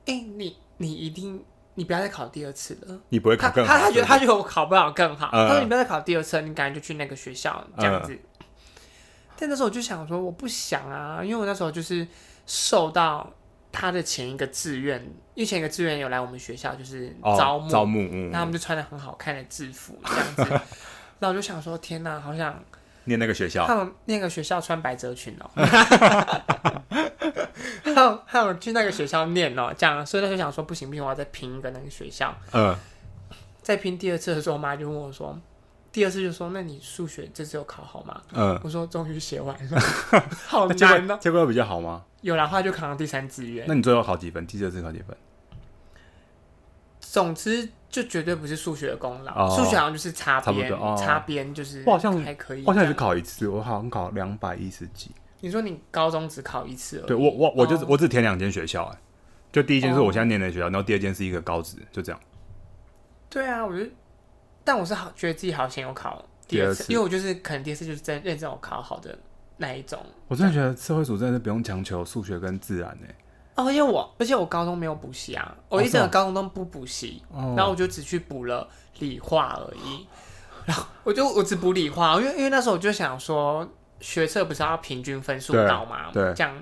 Speaker 2: 哎、你你一定你不要再考第二次了。
Speaker 1: 你不会
Speaker 2: 他
Speaker 1: 考
Speaker 2: 他
Speaker 1: 更好？
Speaker 2: 他觉得他觉得我考不好更好，
Speaker 1: 嗯
Speaker 2: 他说你不要再考第二次了，你赶紧就去那个学校这样子。但那时候我就想说，我不想啊，因为我那时候就是受到他的前一个志愿，因为前一个志愿有来我们学校就是
Speaker 1: 哦
Speaker 2: 招募，
Speaker 1: 招募，嗯
Speaker 2: 那他们就穿的很好看的制服这样子， 然后我就想说，天哪，好想
Speaker 1: 念那个学校，
Speaker 2: 他们那个学校穿百褶裙哦， 还有还有去那个学校念哦，这样，所以那时候想说不行不行，我要再拼一个那个学校，
Speaker 1: 嗯，
Speaker 2: 再拼第二次的时候，我妈就问我说，第二次就说那你数学这次有考好吗？
Speaker 1: 嗯，
Speaker 2: 我说终于写完了， 好
Speaker 1: 那结
Speaker 2: 难
Speaker 1: 果
Speaker 2: 哦。
Speaker 1: 结果有比较好吗？
Speaker 2: 有啦，后来就考上第三志愿
Speaker 1: 那，你最后考几分？第四次考几分？
Speaker 2: 总之就绝对不是数学的功劳，
Speaker 1: 哦
Speaker 2: 数学好像就是擦
Speaker 1: 差不多
Speaker 2: 边，
Speaker 1: 哦
Speaker 2: 擦边就是
Speaker 1: 我好像
Speaker 2: 还可以。
Speaker 1: 我好像只，考一次，我好像考两百一十几。
Speaker 2: 你说你高中只考一次而已，
Speaker 1: 对我我我就是
Speaker 2: 哦
Speaker 1: 我只填两间学校，哎，就第一间是我
Speaker 2: 哦
Speaker 1: 现在念的学校，然后第二间是一个高职，就这样。
Speaker 2: 对啊，我就，但我是好觉得自己好险有考第
Speaker 1: 第
Speaker 2: 二
Speaker 1: 二
Speaker 2: 次，
Speaker 1: 次
Speaker 2: 因为我就是可能第二次就是真认真有考好的那一种。
Speaker 1: 我真的觉得社会组真的是不用强求数学跟自然欸呢。
Speaker 2: 哦，而且我，而且我高中没有补习啊，我一
Speaker 1: 是
Speaker 2: 整
Speaker 1: 啊
Speaker 2: 个高中都不补习，
Speaker 1: 哦
Speaker 2: 然后我就只去补了理化而已。然后我就我只补理化，因为因为那时候我就想说，学测不是要平均分数
Speaker 1: 对
Speaker 2: 到吗？
Speaker 1: 对
Speaker 2: 这样，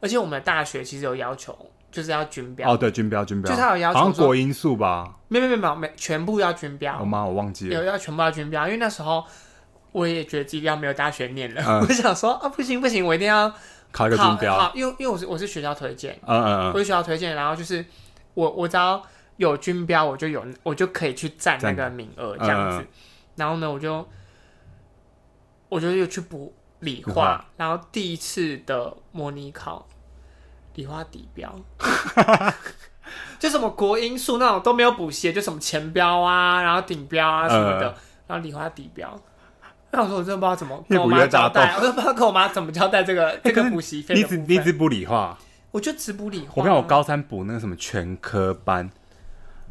Speaker 2: 而且我们的大学其实有要求，就是要均标，
Speaker 1: 哦，对，军标军标，
Speaker 2: 就是他有要求
Speaker 1: 好像
Speaker 2: 说
Speaker 1: 国音数吧？
Speaker 2: 没没没没没，全部要均标。
Speaker 1: 我妈我忘记了。
Speaker 2: 有要全部要军标，因为那时候我也觉得自己要没有大学念了，
Speaker 1: 嗯
Speaker 2: 我想说啊不行不行，我一定要
Speaker 1: 考一个
Speaker 2: 好
Speaker 1: 军标，
Speaker 2: 好，因为因为我是我是学校推荐，
Speaker 1: 嗯嗯
Speaker 2: 我
Speaker 1: 嗯，
Speaker 2: 是学校推荐，然后就是我我只要有军标，我就有我就可以去占那
Speaker 1: 占
Speaker 2: 个名额这样子，
Speaker 1: 嗯嗯
Speaker 2: 然后呢我就我就又去补理
Speaker 1: 理
Speaker 2: 化
Speaker 1: 化，
Speaker 2: 然后第一次的模拟考理化底标。 就什么国音数那种都没有补习，就什么前标啊，然后顶标啊什么的，然后理化底标。那我说我真的不知道怎么跟我
Speaker 1: 嗯越补
Speaker 2: 妈
Speaker 1: 越
Speaker 2: 交
Speaker 1: 大
Speaker 2: 代，我都不知道跟我妈怎么交代 这个、这
Speaker 1: 可
Speaker 2: 个
Speaker 1: 是
Speaker 2: 补习费
Speaker 1: 你
Speaker 2: 的
Speaker 1: 只
Speaker 2: 部
Speaker 1: 你只
Speaker 2: 分。哦
Speaker 1: 补理化，
Speaker 2: 我就只补理化。啊
Speaker 1: 我跟你讲，我高三补那个什么全科班，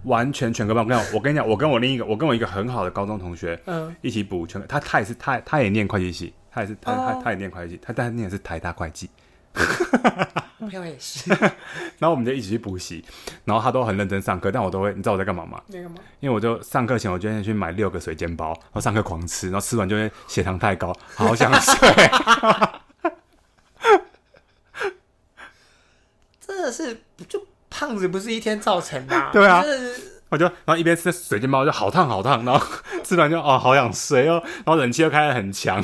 Speaker 1: 完全全科班。我跟你讲，我跟你讲，我跟我另一个，我跟我一个很好的高中同学
Speaker 2: 嗯
Speaker 1: 一起补全科，他他也是他他也念会计系，他也是他
Speaker 2: 哦
Speaker 1: 他他也念会计系，他但他念的是台大会计，
Speaker 2: 我朋友也是
Speaker 1: 然后我们就一起去补习，然后他都很认真上课，但我都会，你知道我在干嘛吗？
Speaker 2: 那个吗？
Speaker 1: 因为我就上课前我就先去买六个水煎包，然后上课狂吃，然后吃完就会血糖太高，好想睡。
Speaker 2: 真的是就胖子不是一天造成的、啊。
Speaker 1: 对啊
Speaker 2: 真的是
Speaker 1: 我就然后一边吃水煎包就好烫好烫，然后吃完就哦好想睡哦，然后冷气又开得很强。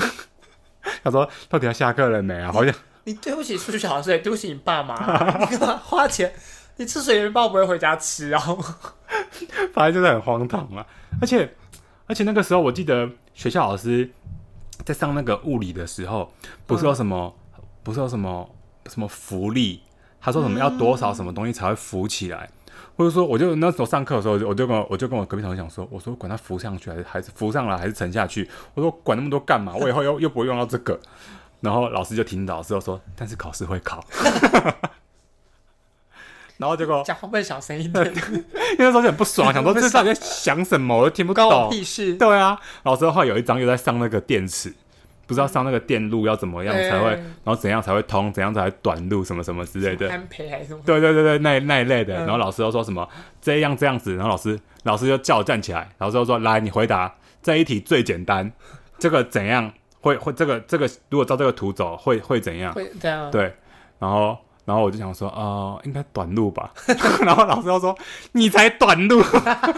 Speaker 1: 他说到底要下课了没啊？好像
Speaker 2: 你对不起数学老师，也 对不起你爸妈啊，你干嘛花钱？你吃水煎包不会回家吃哦？
Speaker 1: 反正就是很荒唐啊。而且而且那个时候，我记得学校老师在上那个物理的时候，不是有什么、不是有什么什么浮力，他说什么要多少什么东西才会浮起来。或者说，我就那时候上课的时候，我就跟我我就跟我隔壁同学讲说，我说管它浮上去还是还是浮上来还是沉下去，我说管那么多干嘛？我以后又又不会用到这个。 然后老师就听到，老师就说，但是考试会考。 然后结果
Speaker 2: 讲话不能小声一点，
Speaker 1: 因为那时候就很不 爽，想说这到底在想什么，我都听不
Speaker 2: 关
Speaker 1: 懂。
Speaker 2: 我屁事。
Speaker 1: 对啊，老师的话有一章又在上那个电池，不知道上那个电路要怎么样才会，
Speaker 2: 哎
Speaker 1: 然后怎样才会通，怎样才会短路，什么什么之类的。
Speaker 2: 安培还是什么？
Speaker 1: 对对对对，那一那一类的。
Speaker 2: 嗯
Speaker 1: 然后老师又说什么这样这样子，然后老师老师就叫我站起来，老师就说来你回答这一题最简单，这个怎样会会这个这个如果照这个图走会会怎样？
Speaker 2: 会对 啊，
Speaker 1: 对，然后然后我就想说，呃，应该短路吧。 然后老师又说，你才短路，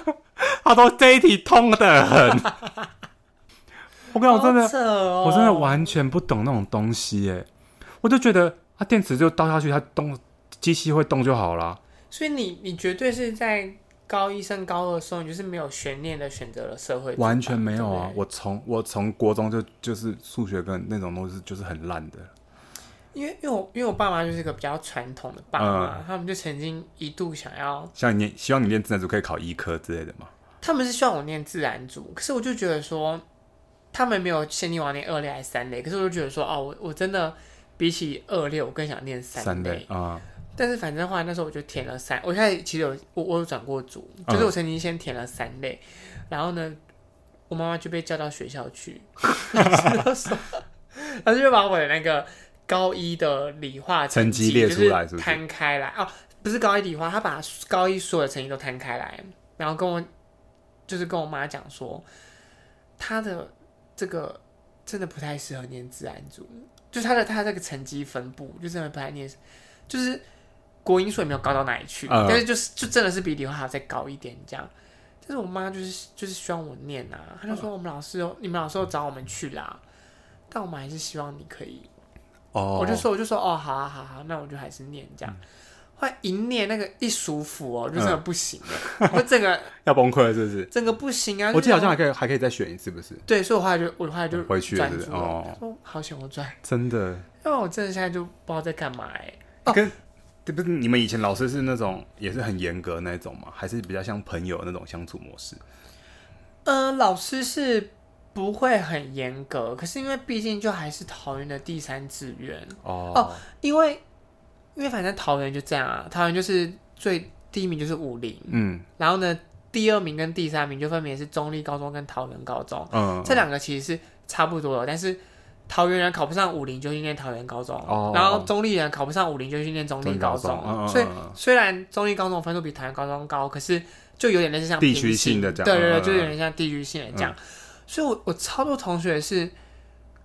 Speaker 1: 他说这一题通的很。 啊我跟你讲，真的
Speaker 2: 好，扯哦
Speaker 1: 我真的完全不懂那种东西耶，我就觉得啊，电池就倒下去，它动，机器会动就好啦。
Speaker 2: 所以你你绝对是在高一升高二的时候，你就是没有悬念的选择了社会，
Speaker 1: 完全没有啊
Speaker 2: 对！
Speaker 1: 我从我从国中就就是数学跟那种东西就是很烂的，
Speaker 2: 因为因为我因为我爸妈就是一个比较传统的爸妈，
Speaker 1: 嗯
Speaker 2: 他们就曾经一度想要，
Speaker 1: 像你念希望你念自然组可以考医科之类的嘛。
Speaker 2: 他们是希望我念自然组，可是我就觉得说，他们没有限定我要念二类还是三类，可是我就觉得说，哦，我我真的比起二类，我更想念
Speaker 1: 三类啊、
Speaker 2: 但是反正后来那时候我就填了三，我一开始其实有我我有转过组，就是我曾经先填了三类，然后呢，我妈妈就被叫到学校去，然后说，然后就把我的那个高一的理化绩
Speaker 1: 成绩列出来
Speaker 2: 就是
Speaker 1: 不是
Speaker 2: 摊开来哦，不是高一理化，她把高一所有的成绩都摊开来，哦然后跟我就是跟我妈讲说，她的这个真的不太适合念自然组，就是她的她这个成绩分布就真的不太念，就是国英数也没有高到哪里去，
Speaker 1: 嗯
Speaker 2: 但是就是就真的是比理化还要再高一点这样。但是我妈就是就是希望我念啊，
Speaker 1: 哦
Speaker 2: 她就说我们老师有你们老师有找我们去啦，但我们还是希望你可以
Speaker 1: 哦，嗯
Speaker 2: 我就说，我就说，哦，好啊，好啊，那我就还是念这样。后来一念那个一舒服哦，就真的不行了， 我整个
Speaker 1: 要崩溃了是不是？
Speaker 2: 整个不行啊。
Speaker 1: 我记得好像
Speaker 2: 就
Speaker 1: 还可以还可以再选一次，不是？
Speaker 2: 对，所以我后来就我后来就
Speaker 1: 回去了
Speaker 2: 转
Speaker 1: 是不是
Speaker 2: 组了。
Speaker 1: 哦
Speaker 2: 我说好险我转，
Speaker 1: 真的，
Speaker 2: 因为我真的现在就不知道在干嘛哎、
Speaker 1: 哦、跟对不是你们以前老师是那种也是很严格那一种吗？还是比较像朋友那种相处模式？
Speaker 2: 呃，老师是不会很严格，可是因为毕竟就还是桃园的第三志愿，
Speaker 1: 哦
Speaker 2: 哦因为因为反正桃园就这样啊，桃园就是最第一名就是武林，
Speaker 1: 嗯
Speaker 2: 然后呢第二名跟第三名就分别是中立高中跟桃园高中。
Speaker 1: 嗯，
Speaker 2: 这两个其实是差不多的，但是桃园人考不上武林就去念桃园高中，
Speaker 1: 哦
Speaker 2: 然后中立人考不上武林就去念中立高中。
Speaker 1: 中立高中嗯嗯嗯
Speaker 2: 所以虽然中立高中分数比桃园高中高，可是就有点类似像
Speaker 1: 地区
Speaker 2: 平
Speaker 1: 性的这样嗯
Speaker 2: 对对
Speaker 1: 嗯嗯嗯
Speaker 2: 对，就有点像地区性的这样。所以我我超多同学是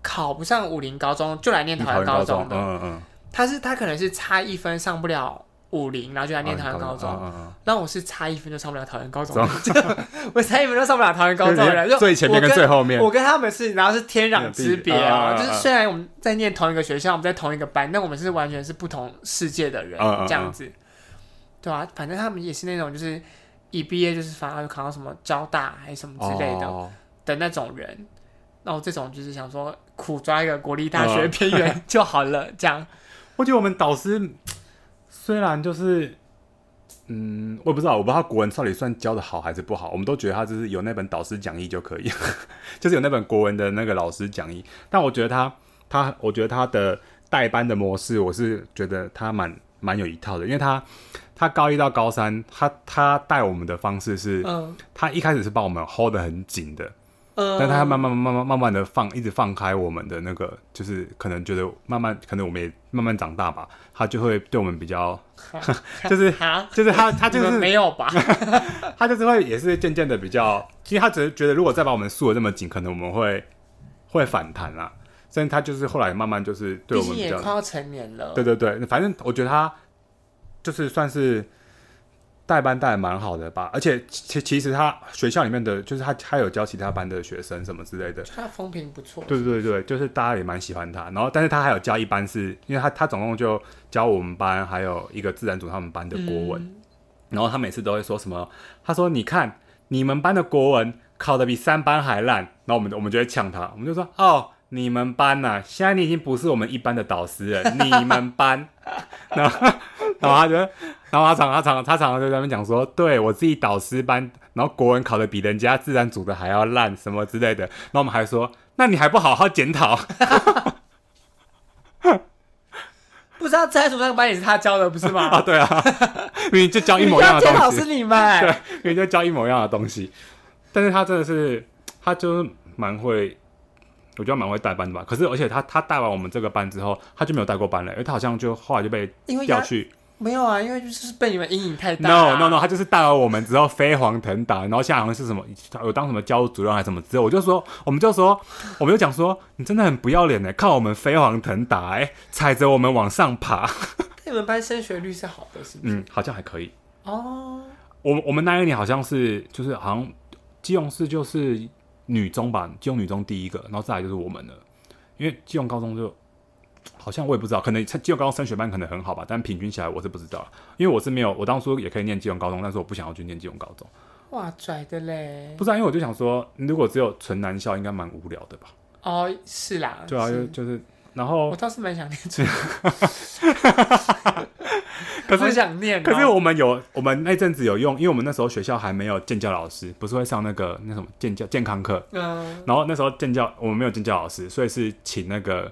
Speaker 2: 考不上武林高中就来念桃园高中的，
Speaker 1: 嗯嗯，
Speaker 2: 他是他可能是差一分上不了武林，然后就来念桃园高中。
Speaker 1: 嗯嗯
Speaker 2: 然后我是差一分就上不了桃园高中，就 我差一分就上不了桃园 高中的人，
Speaker 1: 嗯，
Speaker 2: 就
Speaker 1: 最前
Speaker 2: 我
Speaker 1: 面跟最后面，
Speaker 2: 我跟他们是，然后是天壤之别
Speaker 1: 嗯嗯
Speaker 2: 啊！
Speaker 1: 嗯嗯
Speaker 2: 就是虽然我们在念同一个学校，我们在同一个班，但我们是完全是不同世界的人，
Speaker 1: 嗯嗯嗯
Speaker 2: 这样子，对啊，反正他们也是那种就是一毕业就是反而有考到什么交大还是什么之类的、
Speaker 1: 哦
Speaker 2: 的那种人。那我这种就是想说，苦抓一个国立
Speaker 1: 啊
Speaker 2: 大学边 缘就好了，这样。
Speaker 1: 我觉得我们导师虽然就是，嗯，我也不知道，我不知道他国文到底算教的好还是不好。我们都觉得他就是有那本导师讲义就可以， 就是有那本国文的那个老师讲义。但我觉得他他，我觉得他的带班的模式，我是觉得他蛮蛮有一套的，因为他他高一到高三，他他带我们的方式是，
Speaker 2: 嗯
Speaker 1: 他一开始是把我们 hold 得很紧的，
Speaker 2: 嗯，
Speaker 1: 但他慢慢慢慢慢慢的放，一直放开我们的那个，就是可能觉得慢慢，可能我们也慢慢长大吧，他就会对我们比较， 就是
Speaker 2: 哈，
Speaker 1: 就是他他就
Speaker 2: 你们
Speaker 1: 是
Speaker 2: 没有吧？
Speaker 1: 他就是会也是渐渐的比较，其实他只是觉得如果再把我们束的这么紧，可能我们会会反弹啦、所以他就是后来慢慢就是对
Speaker 2: 毕
Speaker 1: 我们
Speaker 2: 竟
Speaker 1: 比
Speaker 2: 也
Speaker 1: 较，
Speaker 2: 快要成年了，
Speaker 1: 对对对，反正我觉得他就是算是带班带的蛮好的吧，而且其其实他学校里面的就是他他有教其他班的学生什么之类的，
Speaker 2: 就他风评不错。
Speaker 1: 对对对，就是大家也蛮喜欢他。然后，但是他还有教一班是，因为他他总共就教我们班还有一个自然组他们班的国文，
Speaker 2: 嗯
Speaker 1: 然后他每次都会说什么，他说你看你们班的国文考的比三班还烂，然后我们我们就会呛他，我们就说哦。你们班呐、现在你已经不是我们一般的导师了。你们班， 然后然后他就，然后他常他常他常常就在那边讲说，对我自己导师班，然后国文考的比人家自然组的还要烂，什么之类的。然后我们还说，那你还不好好检讨？
Speaker 2: 不知道自然组那个班也是他教的，不是
Speaker 1: 啊，
Speaker 2: 吗？
Speaker 1: 对啊，明明就教 一模
Speaker 2: 你
Speaker 1: 一样
Speaker 2: 要
Speaker 1: 的
Speaker 2: 检讨
Speaker 1: 东西
Speaker 2: 是，你们，
Speaker 1: 对，明明就教一模一样的东西。但是他真的是，他就是蛮会，我觉得蛮会带班的吧。可是而且他他带完我们这个班之后，他就没有带过班了，因为他好像就后来就被
Speaker 2: 因为
Speaker 1: 调
Speaker 2: 他
Speaker 1: 去。
Speaker 2: 没有啊，因为就是被你们阴影太大、
Speaker 1: No
Speaker 2: 啊。
Speaker 1: no no，他就是带完我们之后飞黄腾达，然后现在好像是什么有当什么教务主任还是什么之后，我就说我们就说我们就讲说你真的很不要脸呢，看我们飞黄腾达，哎，踩着我们往上爬，
Speaker 2: 那你们班升学率是好的，是不是？
Speaker 1: 嗯，好像还可以。
Speaker 2: 哦，
Speaker 1: 我我们那一年好像是就是好像基隆市就是女中吧，基隆女中第一个，然后再来就是我们了，因为基隆高中就好像我也不知道，可能基隆高中升学班可能很好吧，但平均起来我是不知道，因为我是没有，我当初也可以念基隆高中，但是我不想要去念基隆高中，
Speaker 2: 哇，拽的嘞
Speaker 1: 不！知道，因为我就想说，如果只有纯男校，应该蛮无聊的吧？
Speaker 2: 哦，是啦，
Speaker 1: 对啊，就是就是，然后
Speaker 2: 我倒是蛮想念这个，
Speaker 1: 可
Speaker 2: 好
Speaker 1: 是
Speaker 2: 想念、哦。
Speaker 1: 可是我们有，我们那阵子有用，因为我们那时候学校还没有健教老师，不是会上那个那什么健教健康课，
Speaker 2: 嗯，
Speaker 1: 然后那时候建教我们没有建教老师，所以是请那个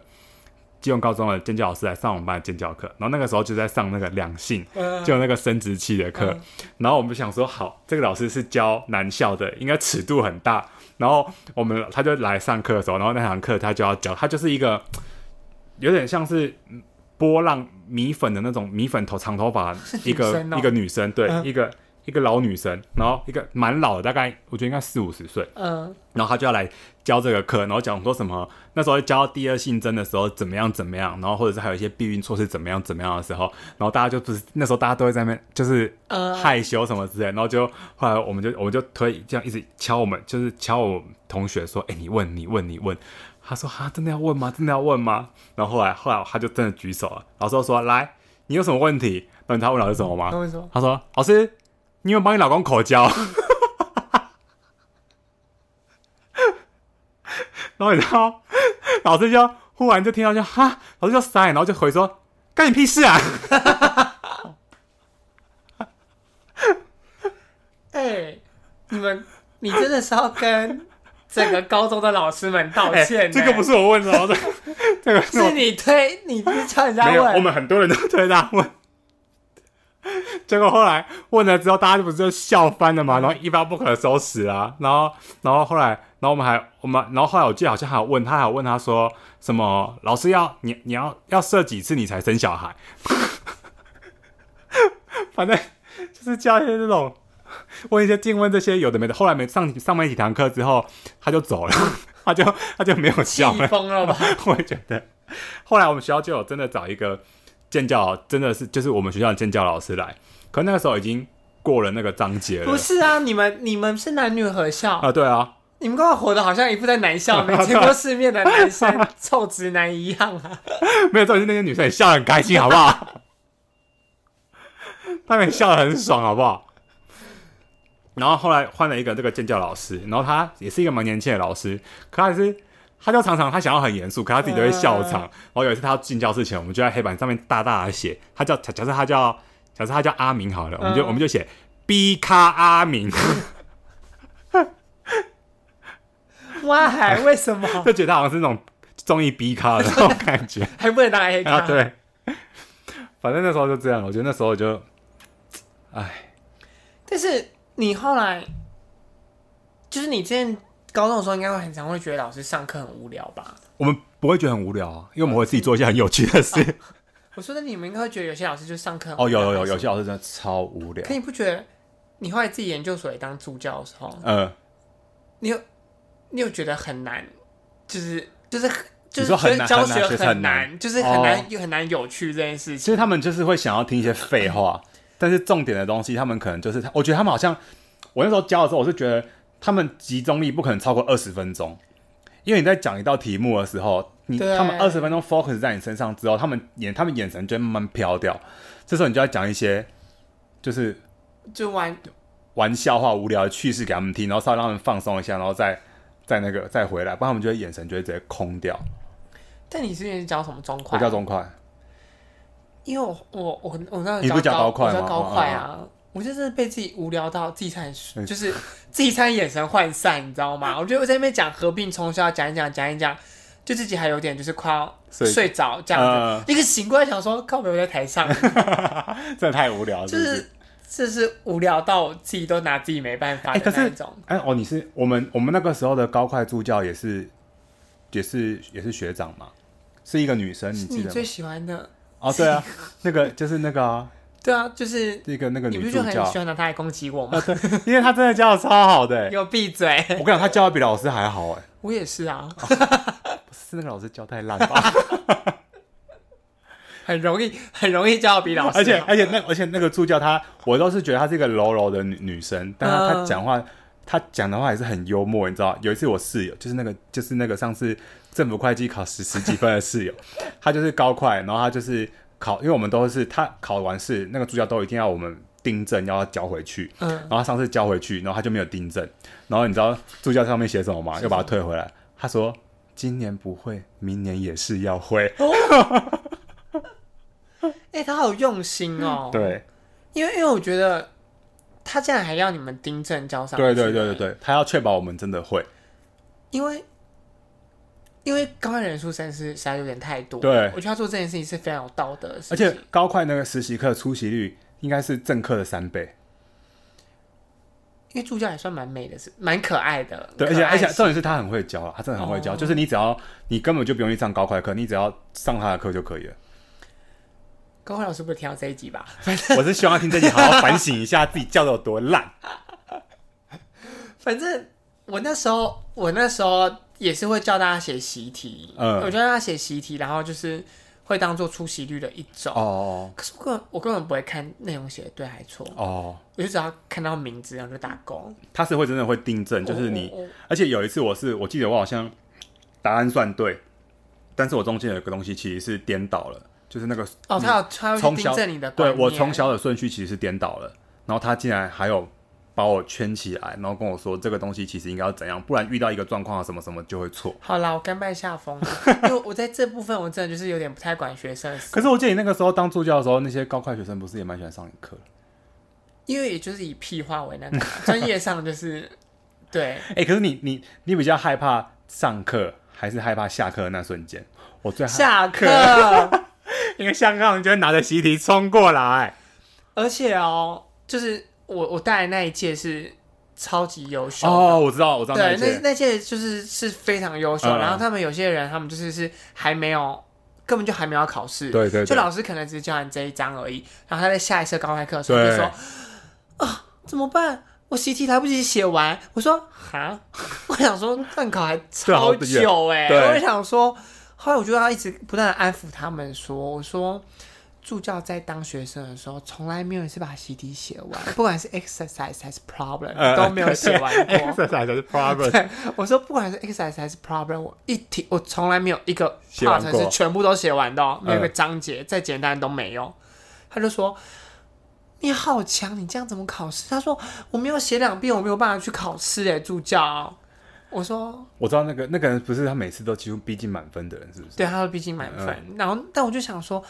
Speaker 1: 基隆高中的建教老师来上我们班的建教课。然后那个时候就在上那个两性，
Speaker 2: 嗯
Speaker 1: 就那个生殖器的课。
Speaker 2: 嗯
Speaker 1: 然后我们就想说，好，这个老师是教男校的，应该尺度很大。然后我们他就来上课的时候，然后那堂课他就要教，他就是一个有点像是嗯波浪米粉的那种米粉头长头发一个、
Speaker 2: 女生哦
Speaker 1: 一个女生，对，
Speaker 2: 嗯
Speaker 1: 一个一个老女生，然后一个蛮老的，大概我觉得应该四五十岁。
Speaker 2: 嗯，
Speaker 1: 然后他就要来教这个课，然后讲说什么那时候教第二性征的时候怎么样怎么样，然后或者是还有一些避孕措施怎么样怎么样的时候，然后大家就不是那时候大家都会在那边就是
Speaker 2: 嗯
Speaker 1: 害羞什么之类的，然后就后来我们就我们就推这样一直敲我们，就是敲我同学说，哎、你问你问你问，他说哈、真的要问吗？真的要问吗？然后后来后来他就真的举手了，老师就说来你有什么问题？然后你知道他问老师什么吗？
Speaker 2: 他问什么
Speaker 1: 他说老师，你有没有帮你老公口交？ 然后你知道，老师就忽然就听到就哈，老师就傻眼，然后就回说干你屁事啊！
Speaker 2: 哎、你们，你真的是要跟整个高中的老师们道歉、 欸
Speaker 1: 哎这个不。是我问的哦，这个这个是我
Speaker 2: 是你推，你是叫人家
Speaker 1: 没有，
Speaker 2: 问，
Speaker 1: 我们很多人都对他问。结果后来问了之后，大家就不是就笑翻了
Speaker 2: 嗯
Speaker 1: 嘛，然后一发不可收拾啊，然后，然后后来，然后我们还，我们，然后后来我记得好像还有问他，还有问他说什么，老师要你你要要射几次你才生小孩， 反正就是教一些这种问一些静问这些有的没的。后来没上上面几堂课之后，他就走了， 他就他就没有
Speaker 2: 气
Speaker 1: 笑了，
Speaker 2: 疯 了吧？
Speaker 1: 我也觉得。后来我们学校就有真的找一个建教，真的是就是我们学校的建教老师来，可那个时候已经过了那个章节了
Speaker 2: 不。是啊，你们你们是男女合校，
Speaker 1: 啊，对啊，
Speaker 2: 你们刚刚活得好像一副在 男校没见过世面的男生，臭直男一样 啊！
Speaker 1: 没有，重点是那些女生也笑得很开心，好不好？ 她们也笑得很爽，好不好？然后后来换了一个这个建教老师，然后他也是一个蛮年轻的老师，可他也是，他就常常他想要很严肃，可他自己都会笑场。然后有一次他要进教室前，我们就在黑板上面大大的写，他叫假假设他叫假设他叫阿明好了，我们就、
Speaker 2: 嗯
Speaker 1: 我们就写 B 咖阿明，
Speaker 2: 哇，还为什么
Speaker 1: 就觉得他好像是那种综艺 B 咖的那种感觉。
Speaker 2: 还不能拿 A
Speaker 1: 啊，
Speaker 2: 卡？
Speaker 1: 对，反正那时候就这样，我觉得那时候就，哎，
Speaker 2: 但是你后来，就是你之前高中的时候，应该会很常会觉得老师上课很无聊吧？
Speaker 1: 我们不会觉得很无聊啊，因为我们会自己做一些很有趣的事。
Speaker 2: 我说的你们应该会觉得有些老师就是上课很
Speaker 1: 哦，
Speaker 2: 无
Speaker 1: 有有
Speaker 2: 聊
Speaker 1: 有，
Speaker 2: 还是
Speaker 1: 有些老师真的超无聊
Speaker 2: 可。你不觉得你后来自己研究所也当助教的时候，
Speaker 1: 呃，
Speaker 2: 你有你有觉得很难，就是就是
Speaker 1: 你
Speaker 2: 就是
Speaker 1: 说
Speaker 2: 觉
Speaker 1: 很
Speaker 2: 得
Speaker 1: 难
Speaker 2: 教
Speaker 1: 很难
Speaker 2: 学
Speaker 1: 学生
Speaker 2: 很
Speaker 1: 很难哦
Speaker 2: 难，就是很难很难有趣这件事
Speaker 1: 其
Speaker 2: 情。
Speaker 1: 实他们就是会想要听一些废话，但是重点的东西，他们可能就是，我觉得他们好像，我那时候教的时候，我是觉得他们集中力不可能超过二十分钟，因为你在讲一道题目的时候，你
Speaker 2: 对
Speaker 1: 他们二十分钟 focus 在你身上之后，他们眼他们眼神就会慢慢飘掉，这时候你就要讲一些就是
Speaker 2: 就玩
Speaker 1: 玩笑话、无聊的趣事给他们听，然后稍微让他们放松一下，然后再再那个再回来，不然他们就会眼神就会直接空掉。
Speaker 2: 但你之前是教什么中
Speaker 1: 我
Speaker 2: 快？
Speaker 1: 叫中快，
Speaker 2: 因为我我我我那时候
Speaker 1: 你不是教高
Speaker 2: 高
Speaker 1: 快
Speaker 2: 我教
Speaker 1: 吗
Speaker 2: 高
Speaker 1: 哦
Speaker 2: 快啊，我就是被自己无聊到自己差点，
Speaker 1: 嗯
Speaker 2: 就是自己差点眼神涣散，你知道吗？我觉得我在那边讲合并冲销，讲一讲讲一讲，就自己还有点就是快要
Speaker 1: 睡
Speaker 2: 睡着这样
Speaker 1: 呃
Speaker 2: 子，那个醒过来想说，靠，没有在 台上，
Speaker 1: 真的太无聊了，
Speaker 2: 就是
Speaker 1: 不是
Speaker 2: 是就是无聊到我自己都拿自己没办法
Speaker 1: 哎
Speaker 2: 的
Speaker 1: 可是
Speaker 2: 那一种。
Speaker 1: 哎、哦，你是我们我们那个时候的高快助教也是也是也是学长嘛，是一个女生，你
Speaker 2: 是
Speaker 1: 记
Speaker 2: 你
Speaker 1: 得
Speaker 2: 最
Speaker 1: 吗？
Speaker 2: 喜欢的，
Speaker 1: 哦，对啊，那个就是那个啊，
Speaker 2: 对啊，就是
Speaker 1: 那个那个
Speaker 2: 你不
Speaker 1: 女
Speaker 2: 是
Speaker 1: 助
Speaker 2: 就很
Speaker 1: 教啊
Speaker 2: 喜，欢拿它来攻击我吗？
Speaker 1: 因为她真的教的超好的、
Speaker 2: 给我闭嘴！
Speaker 1: 我跟你讲，她教的比老师还好哎、
Speaker 2: 我也是啊，
Speaker 1: 是那个老师教太烂吧？
Speaker 2: 很容易 很容易叫我比老师好，
Speaker 1: 而且而且那而且那个助教她，我都是觉得她是一个柔柔的女女生，但她
Speaker 2: 嗯
Speaker 1: 她讲话。她讲的话也是很幽默，你知道？有一次我室友就是那个就是那个上次政府会计考十十几分的室友， 她就是高快，然后她就是考，因为我们都是她考完试，那个助教都一定要我们订正，要交回去。
Speaker 2: 嗯，
Speaker 1: 然后他上次交回去，然后他就没有订正，然后你知道助教上面写什么吗？
Speaker 2: 是
Speaker 1: 又把它退回来。他说今年不会，明年也是要会。
Speaker 2: 哦哎、他好用心哦。，
Speaker 1: 嗯对
Speaker 2: 因为因为我觉得他竟然还要你们订正交上去。
Speaker 1: 对对对对。对，他要确保我们真的会。
Speaker 2: 因为因为高人数实在是实在有点太多。
Speaker 1: 对
Speaker 2: 我觉得他做这件事情是非常有道德的事
Speaker 1: 而
Speaker 2: 情。
Speaker 1: 且高快那个实习课出席率应该是正课的三倍。
Speaker 2: 因为助教也算蛮美的，是蛮可爱的。
Speaker 1: 对，而
Speaker 2: 可
Speaker 1: 且
Speaker 2: 爱
Speaker 1: 而且
Speaker 2: 型
Speaker 1: 重点是他很会教啊，他真的很会教，
Speaker 2: 哦
Speaker 1: 就是你只要你根本就不用去上高快课，你只要上他的课就可以了。
Speaker 2: 高慧老师不会听到这一集吧？
Speaker 1: 我是希望他听这集好好反省一下自己教的有多 烂。
Speaker 2: 反正我那时候，我那时候也是会教大家写习题，
Speaker 1: 嗯
Speaker 2: 我就让他写习题，然后就是会当做出席率的一种。
Speaker 1: 哦
Speaker 2: 可是我根本我根本不会看内容写的对还错，
Speaker 1: 哦，
Speaker 2: 我就只要看到名字然后就打勾。
Speaker 1: 他是会真的会订正，就是你
Speaker 2: 哦哦哦
Speaker 1: 而且有一次我是我记得我好像答案算对，但是我中间有一个东西其实是颠倒了，就是那个
Speaker 2: 哦，他有他会
Speaker 1: 从
Speaker 2: 去
Speaker 1: 小
Speaker 2: 订正你的观
Speaker 1: 对
Speaker 2: 念，
Speaker 1: 我从小的顺序其实是颠倒了，然后他竟然还有把我圈起来，然后跟我说这个东西其实应该要怎样，不然遇到一个状况啊什么什么就会错。
Speaker 2: 好啦，我甘拜下 风了，因为我在这部分我真的就是有点不太管学生的事，
Speaker 1: 可是我记得你那个时候当助教的时候，那些高快学生不是也蛮喜欢上你课的？
Speaker 2: 因为也就是以屁话为那个啊 专业上就是 对，
Speaker 1: 哎、可是你你你比较害怕上课还是害怕下课的那瞬间？我最害
Speaker 2: 下课，
Speaker 1: 因为下课他们就会拿着习题冲过来。
Speaker 2: 而且哦，就是我我带的那一届是超级优秀的
Speaker 1: 哦，我知道，我知道那
Speaker 2: 对，
Speaker 1: 一
Speaker 2: 那
Speaker 1: 届。
Speaker 2: 那届就是是非常优秀，
Speaker 1: 嗯
Speaker 2: 然后他们有些人，他们就是是还没有，根本就还没有考试，
Speaker 1: 对对对
Speaker 2: 就老师可能只是教你这一章而已，然后他在下一次高开课的时候就
Speaker 1: 对
Speaker 2: 说啊啊怎么办？我习题来不及写完，我说哈， 我想说段考还
Speaker 1: 对好
Speaker 2: 超久哎、
Speaker 1: 对
Speaker 2: 我就想说，后来我就要一直不断的安抚他们说，我说助教在当学生的时候，从来没有人是把习题写完，不管是 exercise 还是 problem
Speaker 1: 呃
Speaker 2: 都没有写完过，
Speaker 1: exercise 还是 problem，
Speaker 2: 对，我说不管是 exercise 还是 problem，我一题我从来没有一个
Speaker 1: 写完
Speaker 2: part
Speaker 1: 过
Speaker 2: 是全部都写完的、哦，
Speaker 1: 嗯
Speaker 2: 没有一个章节、再简单都没有。他就说你好强，你这样怎么考试？他说我没有写两遍，我没有办法去考试哎，助教。我说
Speaker 1: 我知道那个那个人不是他每次都几乎逼近满分的人，是不是？
Speaker 2: 对，他说毕竟满
Speaker 1: 嗯
Speaker 2: 分，然后但我就想说，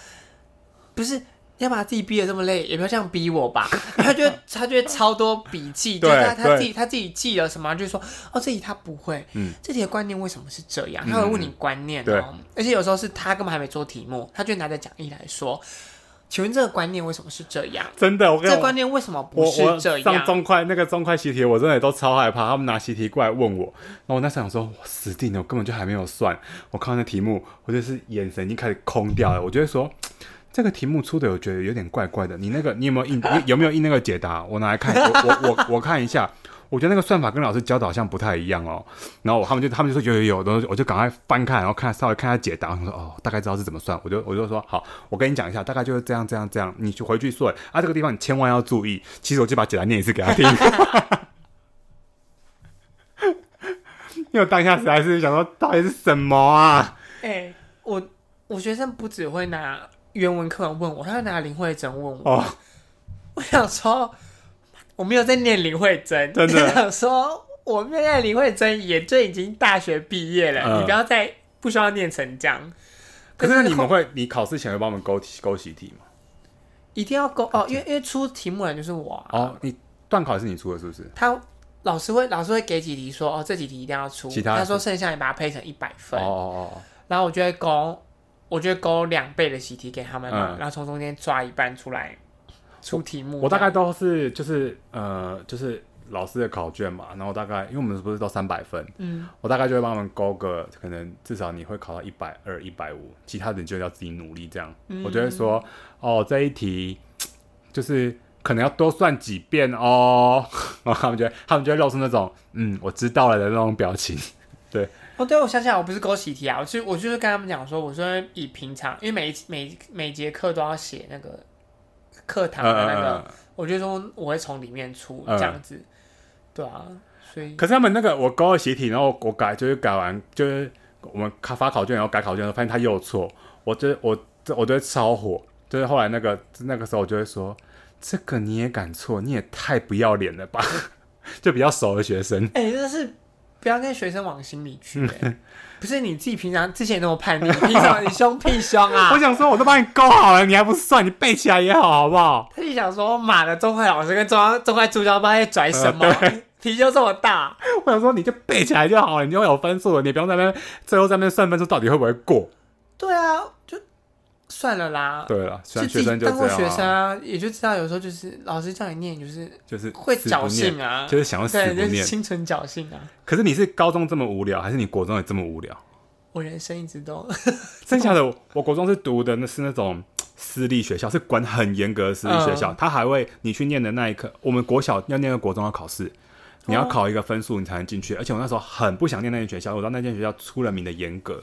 Speaker 2: 不是。要把自己逼得这么累，也不要这样逼 我吧。他就会他就会超多笔记，就是
Speaker 1: 对
Speaker 2: 他他
Speaker 1: 对
Speaker 2: 自己他自己记了什么，他就说哦，这题他不会，
Speaker 1: 嗯，
Speaker 2: 这题的观念为什么是这样？
Speaker 1: 嗯
Speaker 2: 他会问你观念
Speaker 1: 对
Speaker 2: 哦，而且有时候是他根本还没做题目，他就拿着讲义来说，请问这个观念为什么是这样？
Speaker 1: 真的，我跟
Speaker 2: 这
Speaker 1: 你
Speaker 2: 个观
Speaker 1: 讲
Speaker 2: 念为什么不
Speaker 1: 我
Speaker 2: 是
Speaker 1: 我
Speaker 2: 这
Speaker 1: 上
Speaker 2: 样？
Speaker 1: 中快那个中快习题，我真的也都超害怕，他们拿习题过来问我，然后我那时候想说，我死定了，我根本就还没有算。我看到那题目，我就是眼神已经开始空掉了，我就会说。这个题目出的我觉得有点怪怪的，你那个你有没有印你有没有印那个解答？我拿来看，我我我我看一下，我觉得那个算法跟老师教的好像不太一样哦。然后我他们就他们就说有有有，然后我就赶快翻看，然后看稍微看他解答，我说哦大概知道是怎么算，我就我就说好，我跟你讲一下，大概就是这样这样这样，你去回去算啊，这个地方你千万要注意。其实我就把解答念一次给他 听，因为我当下实在是想说到底是什么啊？
Speaker 2: 哎、我我学生不只会拿原文课本问我，他会拿林慧珍问我。
Speaker 1: 哦，
Speaker 2: 我想说，我没有在念林慧珍，
Speaker 1: 真的
Speaker 2: 我想说我没有在念林慧珍，也就已经大学毕业了，
Speaker 1: 嗯
Speaker 2: 你不要再不需要念成这样。
Speaker 1: 可是
Speaker 2: 可
Speaker 1: 那
Speaker 2: 是
Speaker 1: 你们会，你考试前会帮我们勾题勾习题吗？
Speaker 2: 一定要勾哦，因为因为出题目的人就是我、啊，
Speaker 1: 哦，你段考是你出的，是不是？
Speaker 2: 他老师会老师会给几题说哦这几题一定要出，
Speaker 1: 其他
Speaker 2: 他说剩下你把它配成一百
Speaker 1: 哦
Speaker 2: 分，
Speaker 1: 哦
Speaker 2: 然后我就会勾，我就会勾两倍的习题给他们嘛，
Speaker 1: 嗯
Speaker 2: 然后从中间抓一半出来出题
Speaker 1: 哦，
Speaker 2: 目。
Speaker 1: 我大概都是就是呃就是老师的考卷嘛，然后大概因为我们不是都三百分，
Speaker 2: 嗯，
Speaker 1: 我大概就会帮他们勾个，可能至少你会考到一百二、一百五，其他的你就要自己努力这样。我就会说，哦，这一题就是可能要多算几遍哦， 然后他们就会他们就会露出那种嗯我知道了的那种表情。对，
Speaker 2: 哦，对，我想起来，我不是勾习题啊，我就我就是跟他们讲说，我说以平常，因为每一每每节课都要写那个课堂的那个，
Speaker 1: 嗯
Speaker 2: 我就说我会从里面出、
Speaker 1: 嗯
Speaker 2: 这样子，对啊，所以
Speaker 1: 可是他们那个我勾了习题，然后我改就是改完就是我们卡发考卷，然后改考卷的时候发现他又错，我就我这我就会超火，就是后来那个那个时候我就会说，这个你也敢错，你也太不要脸了吧， 就比较熟的学生。
Speaker 2: 哎、真的是不要跟学生往心里 去、哎不是你自己平常之前也那么叛逆，凭什么你凶屁凶啊
Speaker 1: 我？想说，我都帮你勾好了，你还不算，你背起来也好，好不好？
Speaker 2: 他就想说，妈的，钟馗老师跟钟馗钟馗助教不知道在拽什么，
Speaker 1: 嗯
Speaker 2: 皮就这么大，
Speaker 1: 我想说，你就背起来就好了，你就会有分数了，你不用在那边最后在那边算分数到底会不会过。
Speaker 2: 对啊，就算了啦。
Speaker 1: 对了，虽然
Speaker 2: 就
Speaker 1: 学
Speaker 2: 啊自己
Speaker 1: 生就
Speaker 2: 当
Speaker 1: 这
Speaker 2: 过
Speaker 1: 样、
Speaker 2: 学生
Speaker 1: 啊，
Speaker 2: 啊，也就知道有时候就是老师叫你念，你就是
Speaker 1: 就是
Speaker 2: 会
Speaker 1: 死不
Speaker 2: 侥幸啊
Speaker 1: 念，就是想要死
Speaker 2: 对，
Speaker 1: 不
Speaker 2: 就是
Speaker 1: 念。
Speaker 2: 心存侥幸啊。
Speaker 1: 可是你是高中这么无聊，还是你国中也这么无聊？
Speaker 2: 我人生一直都，
Speaker 1: 剩下的我我国中是读的那是那种私立学校，是管很严格的私立学
Speaker 2: 嗯
Speaker 1: 校，他还会你去念的那一刻，我们国小要念个国中要考
Speaker 2: 哦
Speaker 1: 试，你要考一个分数你才能进去。而且我那时候很不想念那间学校，我知道那间学校出了名的严格，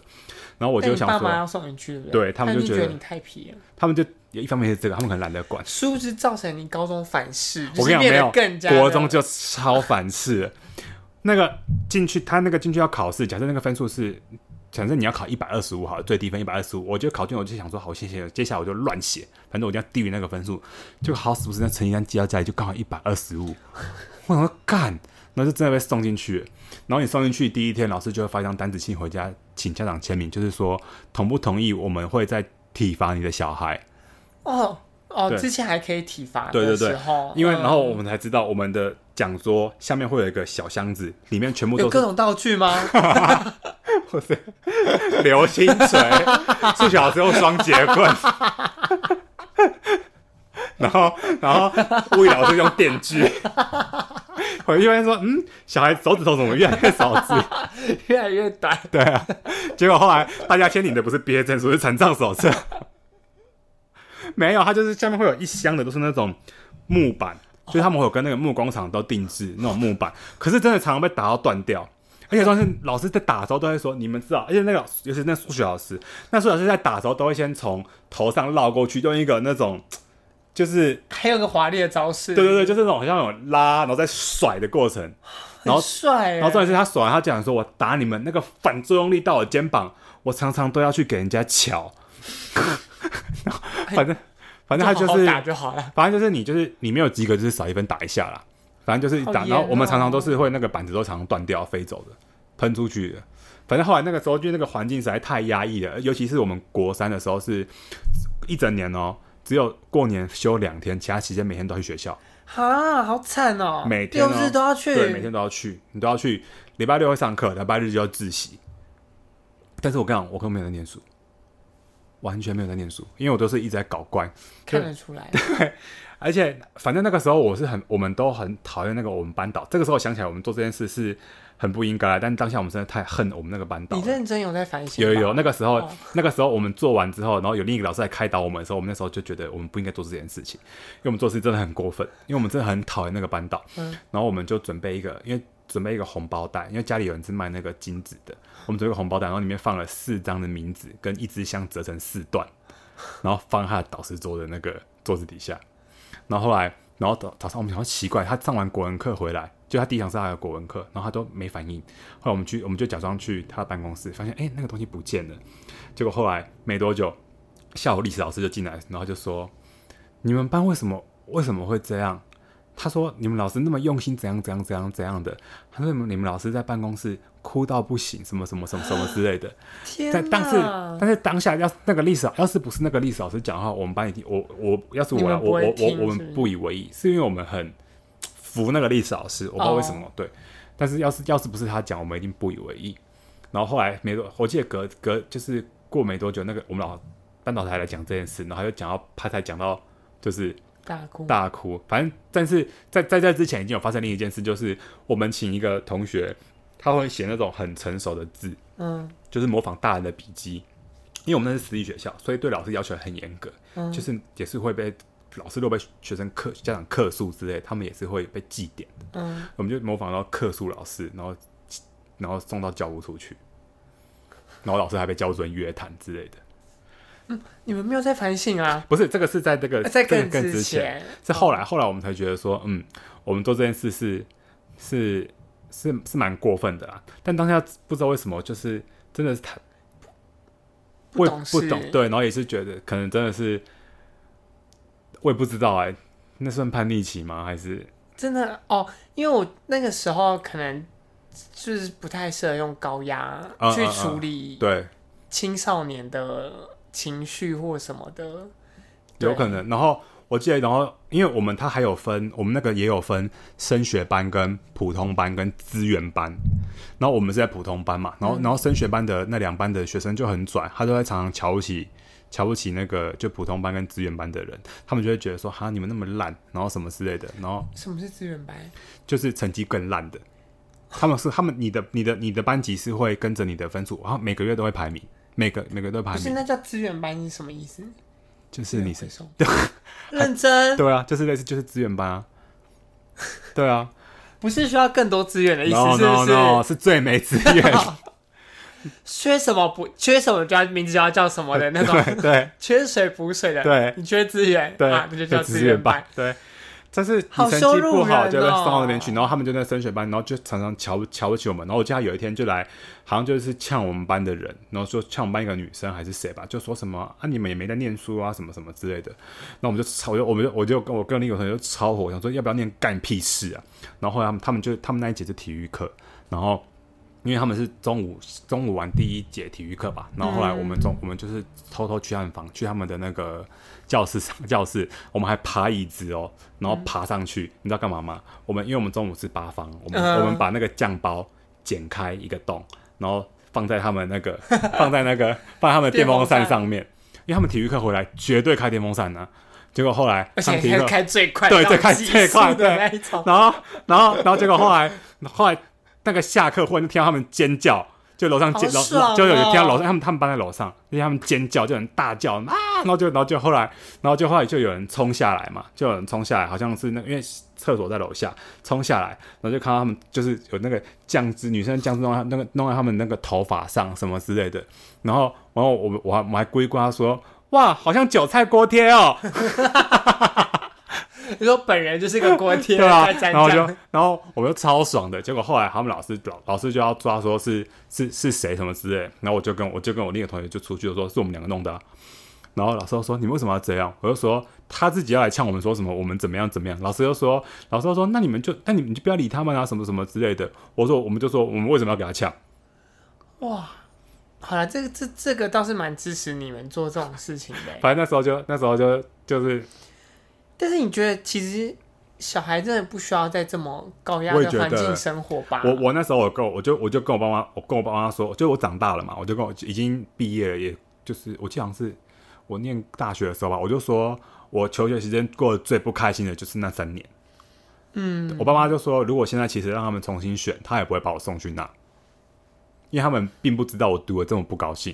Speaker 1: 然后我
Speaker 2: 我
Speaker 1: 就想
Speaker 2: 爸妈
Speaker 1: 说，
Speaker 2: 要送你去，对不
Speaker 1: 对他们
Speaker 2: 但
Speaker 1: 就
Speaker 2: 就
Speaker 1: 觉得
Speaker 2: 你太皮了，
Speaker 1: 他们就也一方面是这个，他们可能懒得管。
Speaker 2: 殊不知造成你高中反噬，
Speaker 1: 我跟你
Speaker 2: 就是变得
Speaker 1: 讲，
Speaker 2: 更
Speaker 1: 没
Speaker 2: 加
Speaker 1: 有，
Speaker 2: 的
Speaker 1: 国中就超反噬了。 那个进去，他那个进去要考试，假设那个分数是，假设你要考一百二十五，好了，最低分一百二十五，我就考卷我就想说，好，谢谢，接下来我就乱写，反正我一定要低于那个分数，就好死不死，那成绩单寄到家里就刚好一百二十五，我想说干，然后就真的被送进去了，然后你送进去第一天，老师就会发一张单子信回家，请家长签名，就是说同不同意，我们会再体罚你的小孩。
Speaker 2: 哦哦，
Speaker 1: 对
Speaker 2: 之前还可以体罚
Speaker 1: 对对
Speaker 2: 的
Speaker 1: 对
Speaker 2: 时候，，
Speaker 1: 因为然后
Speaker 2: 嗯
Speaker 1: 我们才知道我们的讲桌下面会有一个小箱子，里面全部
Speaker 2: 有
Speaker 1: 都
Speaker 2: 各
Speaker 1: 是
Speaker 2: 种道 具吗？
Speaker 1: 流星锤，数学老师用双节棍， 然后然后物理老师用电锯。我就会说，嗯，小孩手指头怎么越来越少字？
Speaker 2: 越来越短，
Speaker 1: 对啊，结果后来大家签领的不是毕业证书，是残障手册。 没有，它就是下面会有一箱的，都是那种木板，就是他们会有跟那个木工厂都定制那种木板，可是真的常常被打到断掉。而且当时老师在打的时候都会说，你们知道，而且那个尤其是那数学老师，那数学老师在打的时候都会先从头上绕过去，用一个那种就是
Speaker 2: 还有个华丽的招式，
Speaker 1: 对对对，就是那种好像有拉然后再甩的过程，然后
Speaker 2: 很帅耶，欸
Speaker 1: 然后重点是他甩完，他讲说：“我打你们那个反作用力到我肩膀，我常常都要去给人家瞧。” 反正反正他就
Speaker 2: 哎好好
Speaker 1: 是，
Speaker 2: 打就好了，
Speaker 1: 反正就是你就是你没有及格，就是少一分打一下啦。反正就是打，
Speaker 2: 好严
Speaker 1: 然后我们
Speaker 2: 哦
Speaker 1: 常常都是会那个板子都常常断掉、飞走的、喷出去的。反正后来那个时候，就那个环境实在太压抑了，尤其是我们国三的时候，是一整年哦，只有过年休两天，其他时间每天都要去学校。
Speaker 2: 哈，好惨哦，
Speaker 1: 每天、哦、
Speaker 2: 六日都要去，
Speaker 1: 对，每天都要去，你都要去。礼拜六会上课，礼拜日就要自习。但是我跟你讲，我根本没有在念书，完全没有在念书，因为我都是一直在搞怪。
Speaker 2: 看得出来，
Speaker 1: 而且反正那个时候我是很，我们都很讨厌那个我们班导。这个时候想起来，我们做这件事是很不应该的，但当下我们真的太恨我们那个班导
Speaker 2: 你
Speaker 1: 了。
Speaker 2: 认真有在反省
Speaker 1: 有
Speaker 2: 吧，
Speaker 1: 有有，那个时候、
Speaker 2: 哦
Speaker 1: 那个时候我们做完之后，然后有另一个老师来开导我们的时候，我们那时候就觉得我们不应该做这件事情，因为我们做事真的很过分，因为我们真的很讨厌那个班导。
Speaker 2: 嗯
Speaker 1: 然后我们就准备一个，因为准备一个红包袋，因为家里有人是卖那个金子的，我们准备一个红包袋，然后里面放了四张的名字跟一支香折成四段，然后放在他的导师桌的那个桌子底下。然后后来，然后早早上我们想到奇怪，他上完国文课回来，就他第一堂是他的国文课，然后他都没反应。后来我们去，我们就假装去他的办公室，发现哎、诶那个东西不见了。结果后来没多久，下午历史老师就进来，然后就说：“你们班为什么为什么会这样？”他说你们老师那么用心，怎样怎样怎样怎样的，他说你们你们老师在办公室哭到不行，什么什么什么什么之类的。
Speaker 2: 天
Speaker 1: 但但
Speaker 2: 哪
Speaker 1: 是但是当下要是那个历史老要是不是那个历史老师讲的话，我们班已经我我要是我
Speaker 2: 你们
Speaker 1: 啦
Speaker 2: 不
Speaker 1: 我我
Speaker 2: 会
Speaker 1: 我
Speaker 2: 听
Speaker 1: 我
Speaker 2: 是不
Speaker 1: 们
Speaker 2: 是
Speaker 1: 不以为意，是因为我们很服那个历史老师，我不
Speaker 2: 哦
Speaker 1: 知道为什么、对。但是要是要是不是他讲，我们一定不以为意。然后后来没多，我记得隔隔就是过没多久，那个我们老班导才来讲这件事，然后他就讲到他才讲到就是
Speaker 2: 大哭，
Speaker 1: 大哭。反正，但是在在这之前已经有发生另一件事，就是我们请一个同学，他会写那种很成熟的字，
Speaker 2: 嗯，
Speaker 1: 就是模仿大人的笔记。因为我们那是私立学校，所以对老师要求很严格，
Speaker 2: 嗯
Speaker 1: 就是也是会被老师都被学生克家长克诉之类，他们也是会被记点的。
Speaker 2: 嗯，
Speaker 1: 我们就模仿到克诉老师，然后然后送到教务处去，然后老师还被教务主任约谈之类的。
Speaker 2: 你们没有在反省啊？
Speaker 1: 不是，这个是在这个
Speaker 2: 在
Speaker 1: 这个
Speaker 2: 更
Speaker 1: 更
Speaker 2: 之
Speaker 1: 之前
Speaker 2: 前，
Speaker 1: 是后来后来我们才觉得说，嗯，我们做这件事是是是是蛮过分的啦。但当下不知道为什么，就是真的是太我
Speaker 2: 不
Speaker 1: 也
Speaker 2: 懂
Speaker 1: 不
Speaker 2: 事
Speaker 1: 懂，对，然后也是觉得可能真的是我也不知道哎、那算叛逆期吗？还是
Speaker 2: 真的哦，因为我那个时候可能就是不太适合用高压
Speaker 1: 嗯
Speaker 2: 去
Speaker 1: 嗯
Speaker 2: 处
Speaker 1: 嗯
Speaker 2: 理
Speaker 1: 对，
Speaker 2: 青少年的情绪或什么的，
Speaker 1: 有
Speaker 2: 对
Speaker 1: 可能。然后我记得，然后因为我们它还有分，我们那个也有分升学班、跟普通班、跟资源班。然后我们是在普通班嘛，然
Speaker 2: 嗯
Speaker 1: 后、然后升学班的那两班的学生就很拽，他都在常常瞧不起。瞧不起那个就普通班跟资源班的人，他们就会觉得说哈你们那么烂，然后什么之类的，然后
Speaker 2: 什么是资源班？
Speaker 1: 嗯就是成绩更烂的。他们是他们你的你的你的班级是会跟着你的分数，然后每个月都会排名，每个每个月都会排
Speaker 2: 不是，
Speaker 1: 名，
Speaker 2: 那叫资源班是什么意思？
Speaker 1: 就是你是
Speaker 2: 资源回收认真，
Speaker 1: 对啊，就是类似就是资源班 啊，对啊，
Speaker 2: 不是需要更多资源的意思，是
Speaker 1: no,
Speaker 2: 不是哦
Speaker 1: no, 是最没资 源，
Speaker 2: 缺什么补缺什么就要名字就要叫什么的那种，
Speaker 1: 对对
Speaker 2: 缺水补水的，
Speaker 1: 对
Speaker 2: 你缺资源，
Speaker 1: 对，
Speaker 2: 啊，那就叫
Speaker 1: 资
Speaker 2: 资源
Speaker 1: 班
Speaker 2: 班。，
Speaker 1: 对。但是
Speaker 2: 好
Speaker 1: 你成
Speaker 2: 羞
Speaker 1: 绩
Speaker 2: 辱
Speaker 1: 不好
Speaker 2: 人
Speaker 1: 就被送到
Speaker 2: 哦
Speaker 1: 那边去，然后他们就在升学班，然后就常常瞧不瞧不起我们。然后我记得他有一天就来，好像就是呛我们班的人，然后说呛我们班一个女生还是谁吧，就说什么啊你们也没在念书啊什么什么之类的。那我们就超，我就我们就我就跟我跟另一个同学就超火，想说要不要念干屁事啊？然后后来他们他们就他们那一节是体育课，然后因为他们是中午中午玩第一节体育课吧，然后后
Speaker 2: 嗯
Speaker 1: 来我们中、我们就是偷偷去暗房，去他们的那个教室 上教室，我们还爬椅子哦，然后爬上去，你知道干嘛吗？我们因为我们中午是八方，我们、
Speaker 2: 嗯
Speaker 1: 我们把那个酱包剪开一个洞，然后放在他们那个放在那个放在他们的电风扇上面，因为他们体育课回来绝对开电风扇呢、啊结果后来
Speaker 2: 而
Speaker 1: 上
Speaker 2: 且
Speaker 1: 体育
Speaker 2: 还
Speaker 1: 课
Speaker 2: 开最快，
Speaker 1: 对最
Speaker 2: 然后
Speaker 1: 开
Speaker 2: 极
Speaker 1: 最
Speaker 2: 速
Speaker 1: 快
Speaker 2: 的
Speaker 1: 对
Speaker 2: 那一种，
Speaker 1: 然后，然后，然后结果后来，后来那个下课忽然就听到他们尖叫，就楼上尖
Speaker 2: 好
Speaker 1: 楼、
Speaker 2: 爽哦
Speaker 1: 就有听到楼上他们他们班在楼上，就听他们尖叫，就有人大叫啊，然后就然后就后来，然后就后来就有人冲下来嘛，就有人冲下来，好像是那个因为厕所在楼下，冲下来，然后就看到他们就是有那个酱汁，女生的酱汁弄到那个弄到他们那个头发上什么之类的，然后然后我们我还我们还故意跟他说，哇，好像韭菜锅贴哦。
Speaker 2: 你说本人就是个锅贴，
Speaker 1: 对啊
Speaker 2: 在，沾
Speaker 1: 然后就
Speaker 2: 酱
Speaker 1: 然后我就超爽的，结果后来他们老师老老师就要抓说是是是谁什么之类，然后我就跟我就跟我另一个同学就出去我说是我们两个弄的啊、然后老师就说你们为什么要这样？我就说他自己要来呛我们说什么我们怎么样怎么样，老师就说老师就说那你们就那你们就不要理他们啊什么什么之类的，我说我们就说我们为什么要给他呛？
Speaker 2: 哇。好了，这个这这个倒是蛮支持你们做这种事情的欸。
Speaker 1: 反正那时候就那时候就就是
Speaker 2: 但是你觉得其实小孩真的不需要在这么高压
Speaker 1: 我也
Speaker 2: 的
Speaker 1: 觉得
Speaker 2: 环境生活吧？
Speaker 1: 我我那时候我跟我我就我就跟我爸妈，我跟我爸妈说，就我长大了嘛，我就跟我已经毕业了，也就是我记得好像是我念大学的时候吧，我就说我求学时间过得最不开心的就是那三年。嗯，我爸妈就说，如果现在其实让他们重新选，他也不会把我送去那，因为他们并不知道我读的这么不高兴。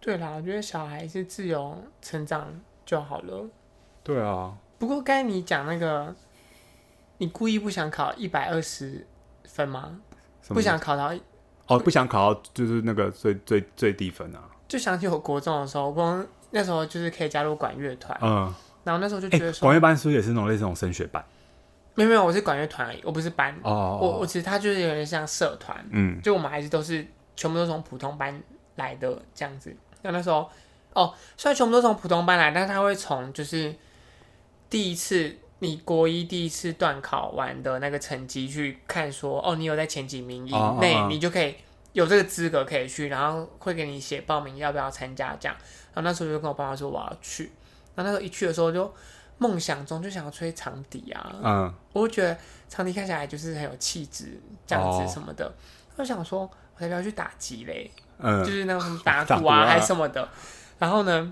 Speaker 2: 对啦，我觉得小孩是自由成长就好了。
Speaker 1: 对啊，
Speaker 2: 不过该你讲那个，你故意不想考一百二十分吗？
Speaker 1: 什么
Speaker 2: 不想考到，
Speaker 1: 哦，不想考到就是那个最最最低分啊。
Speaker 2: 就想起我国中的时候，我光那时候就是可以加入管乐团，
Speaker 1: 嗯，
Speaker 2: 然后那时候就
Speaker 1: 哎、
Speaker 2: 觉得说，
Speaker 1: 广乐班是不是也是那种类似那种升学班？
Speaker 2: 没有没有，我是管乐团而已，我不是班，
Speaker 1: 哦哦，
Speaker 2: 我我其实他就是有点像社团，
Speaker 1: 嗯
Speaker 2: 就我们还是都是全部都从普通班来的这样子。那那时候，哦，虽然全部都从普通班来，但是他会从就是第一次你国一第一次段考完的那个成绩去看说，哦，你有在前几名以内，
Speaker 1: 哦哦哦
Speaker 2: 你就可以有这个资格可以去，然后会给你写报名要不要参加这样。然后那时候我就跟我爸妈说我要去，然后那时候一去的时候就梦想中就想要吹长笛啊，
Speaker 1: 嗯，
Speaker 2: 我就觉得长笛看起来就是很有气质这样
Speaker 1: 哦
Speaker 2: 子什么的，我就想说我才不要去打击嘞。就
Speaker 1: 嗯，
Speaker 2: 是那种什么打
Speaker 1: 打
Speaker 2: 鼓
Speaker 1: 鼓
Speaker 2: 啊
Speaker 1: 啊
Speaker 2: 还是什么的。然后呢，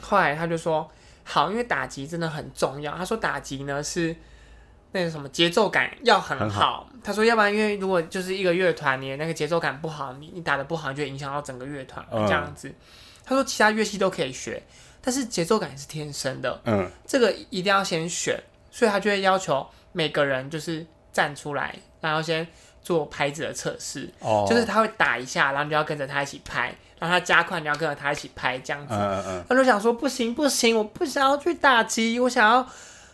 Speaker 2: 后来他就说，好，因为打击真的很重要。他说打击呢是那个什么节奏感要很好。
Speaker 1: 很
Speaker 2: 他说，要不然因为如果就是一个乐团，你的那个节奏感不好，你你打的不好，你就会影响到整个乐团、
Speaker 1: 嗯
Speaker 2: 这样子。他说其他乐器都可以学，但是节奏感是天生的。
Speaker 1: 嗯，
Speaker 2: 这个一定要先选，所以他就会要求每个人就是站出来，然后先做拍子的测试，
Speaker 1: 哦
Speaker 2: 就是，他会打一下，然后你就要跟着他一起拍，然后他加快，你要跟着他一起拍这样
Speaker 1: 嗯
Speaker 2: 子。
Speaker 1: 嗯嗯，
Speaker 2: 他就想说不行不行，我不想要去打击，我想要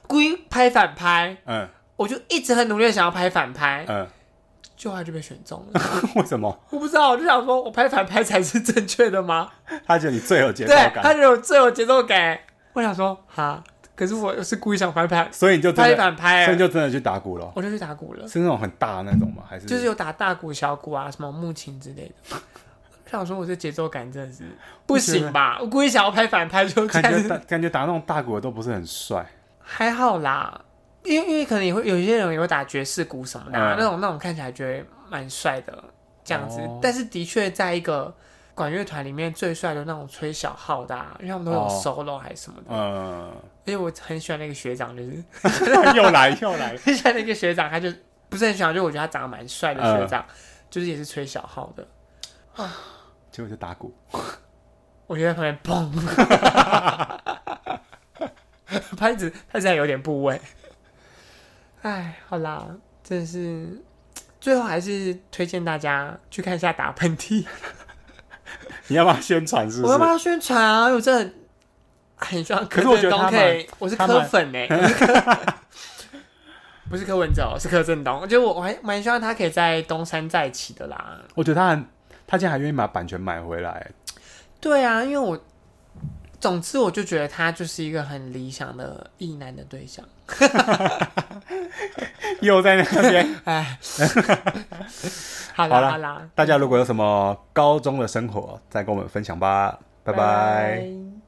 Speaker 2: 故意拍反拍，
Speaker 1: 嗯
Speaker 2: 我就一直很努力的想要拍反拍，
Speaker 1: 嗯，
Speaker 2: 就后来就被选中了。
Speaker 1: 为什么？
Speaker 2: 我不知道，我就想说我拍反拍才是正确 的吗？
Speaker 1: 他觉得你最有节奏
Speaker 2: 对，他
Speaker 1: 感，
Speaker 2: 就有最有节奏感。我想说哈，可是我是故意想拍反
Speaker 1: 所以你就真
Speaker 2: 拍
Speaker 1: 的，
Speaker 2: 反拍、
Speaker 1: 所以你
Speaker 2: 欸，
Speaker 1: 就真的去打鼓了，
Speaker 2: 我就去打鼓了。
Speaker 1: 是那种很大的那种吗？还是
Speaker 2: 就是有打大鼓、小鼓啊，什么木琴之类的。 我想说，我这节奏感真的是不行吧？我故意想要拍反拍就
Speaker 1: 感
Speaker 2: 开
Speaker 1: 觉
Speaker 2: 始
Speaker 1: 打感觉打那种大鼓的都不是很帅，
Speaker 2: 还好啦，因为因为可能也会有一些人也会打爵士鼓什么的啊、
Speaker 1: 嗯
Speaker 2: 那种那种看起来觉得蛮帅的这样子，
Speaker 1: 哦
Speaker 2: 但是的确在一个管乐团里面最帅的那种吹小号的、啊，因为他们都有
Speaker 1: 哦
Speaker 2: solo 还是什么的，
Speaker 1: 嗯，
Speaker 2: 而且我很喜欢那个学长，就是
Speaker 1: 又来又来，
Speaker 2: 很喜欢那个学长，他就不是很喜欢，就我觉得他长得蛮帅的
Speaker 1: 嗯
Speaker 2: 学长，就是也是吹小号的，
Speaker 1: 结果就打鼓，
Speaker 2: 我就在旁边砰， 拍子拍子还有点部位。哎，好啦，真的是，最后还是推荐大家去看一下打喷嚏。
Speaker 1: 你要不要宣传？是不
Speaker 2: 我要帮
Speaker 1: 是？
Speaker 2: 他宣传啊，因为我真的很希望柯
Speaker 1: 可是我觉
Speaker 2: 震
Speaker 1: 得
Speaker 2: 东
Speaker 1: 他
Speaker 2: 可以，我是
Speaker 1: 他
Speaker 2: 柯
Speaker 1: 蛮
Speaker 2: 粉哎、我是柯 不是柯文哲哦，是柯震东。就我我还蛮希望他可以在东山再起的啦。
Speaker 1: 我觉得他很，他竟然还愿意把版权买回来，
Speaker 2: 对啊，因为我总之我就觉得他就是一个很理想的意男的对象。
Speaker 1: 又在那 边。
Speaker 2: 哎，
Speaker 1: 好
Speaker 2: 好啦
Speaker 1: 啦
Speaker 2: 好啦，
Speaker 1: 大家如果有什么高中的生活，再跟我们分享吧，拜拜
Speaker 2: 拜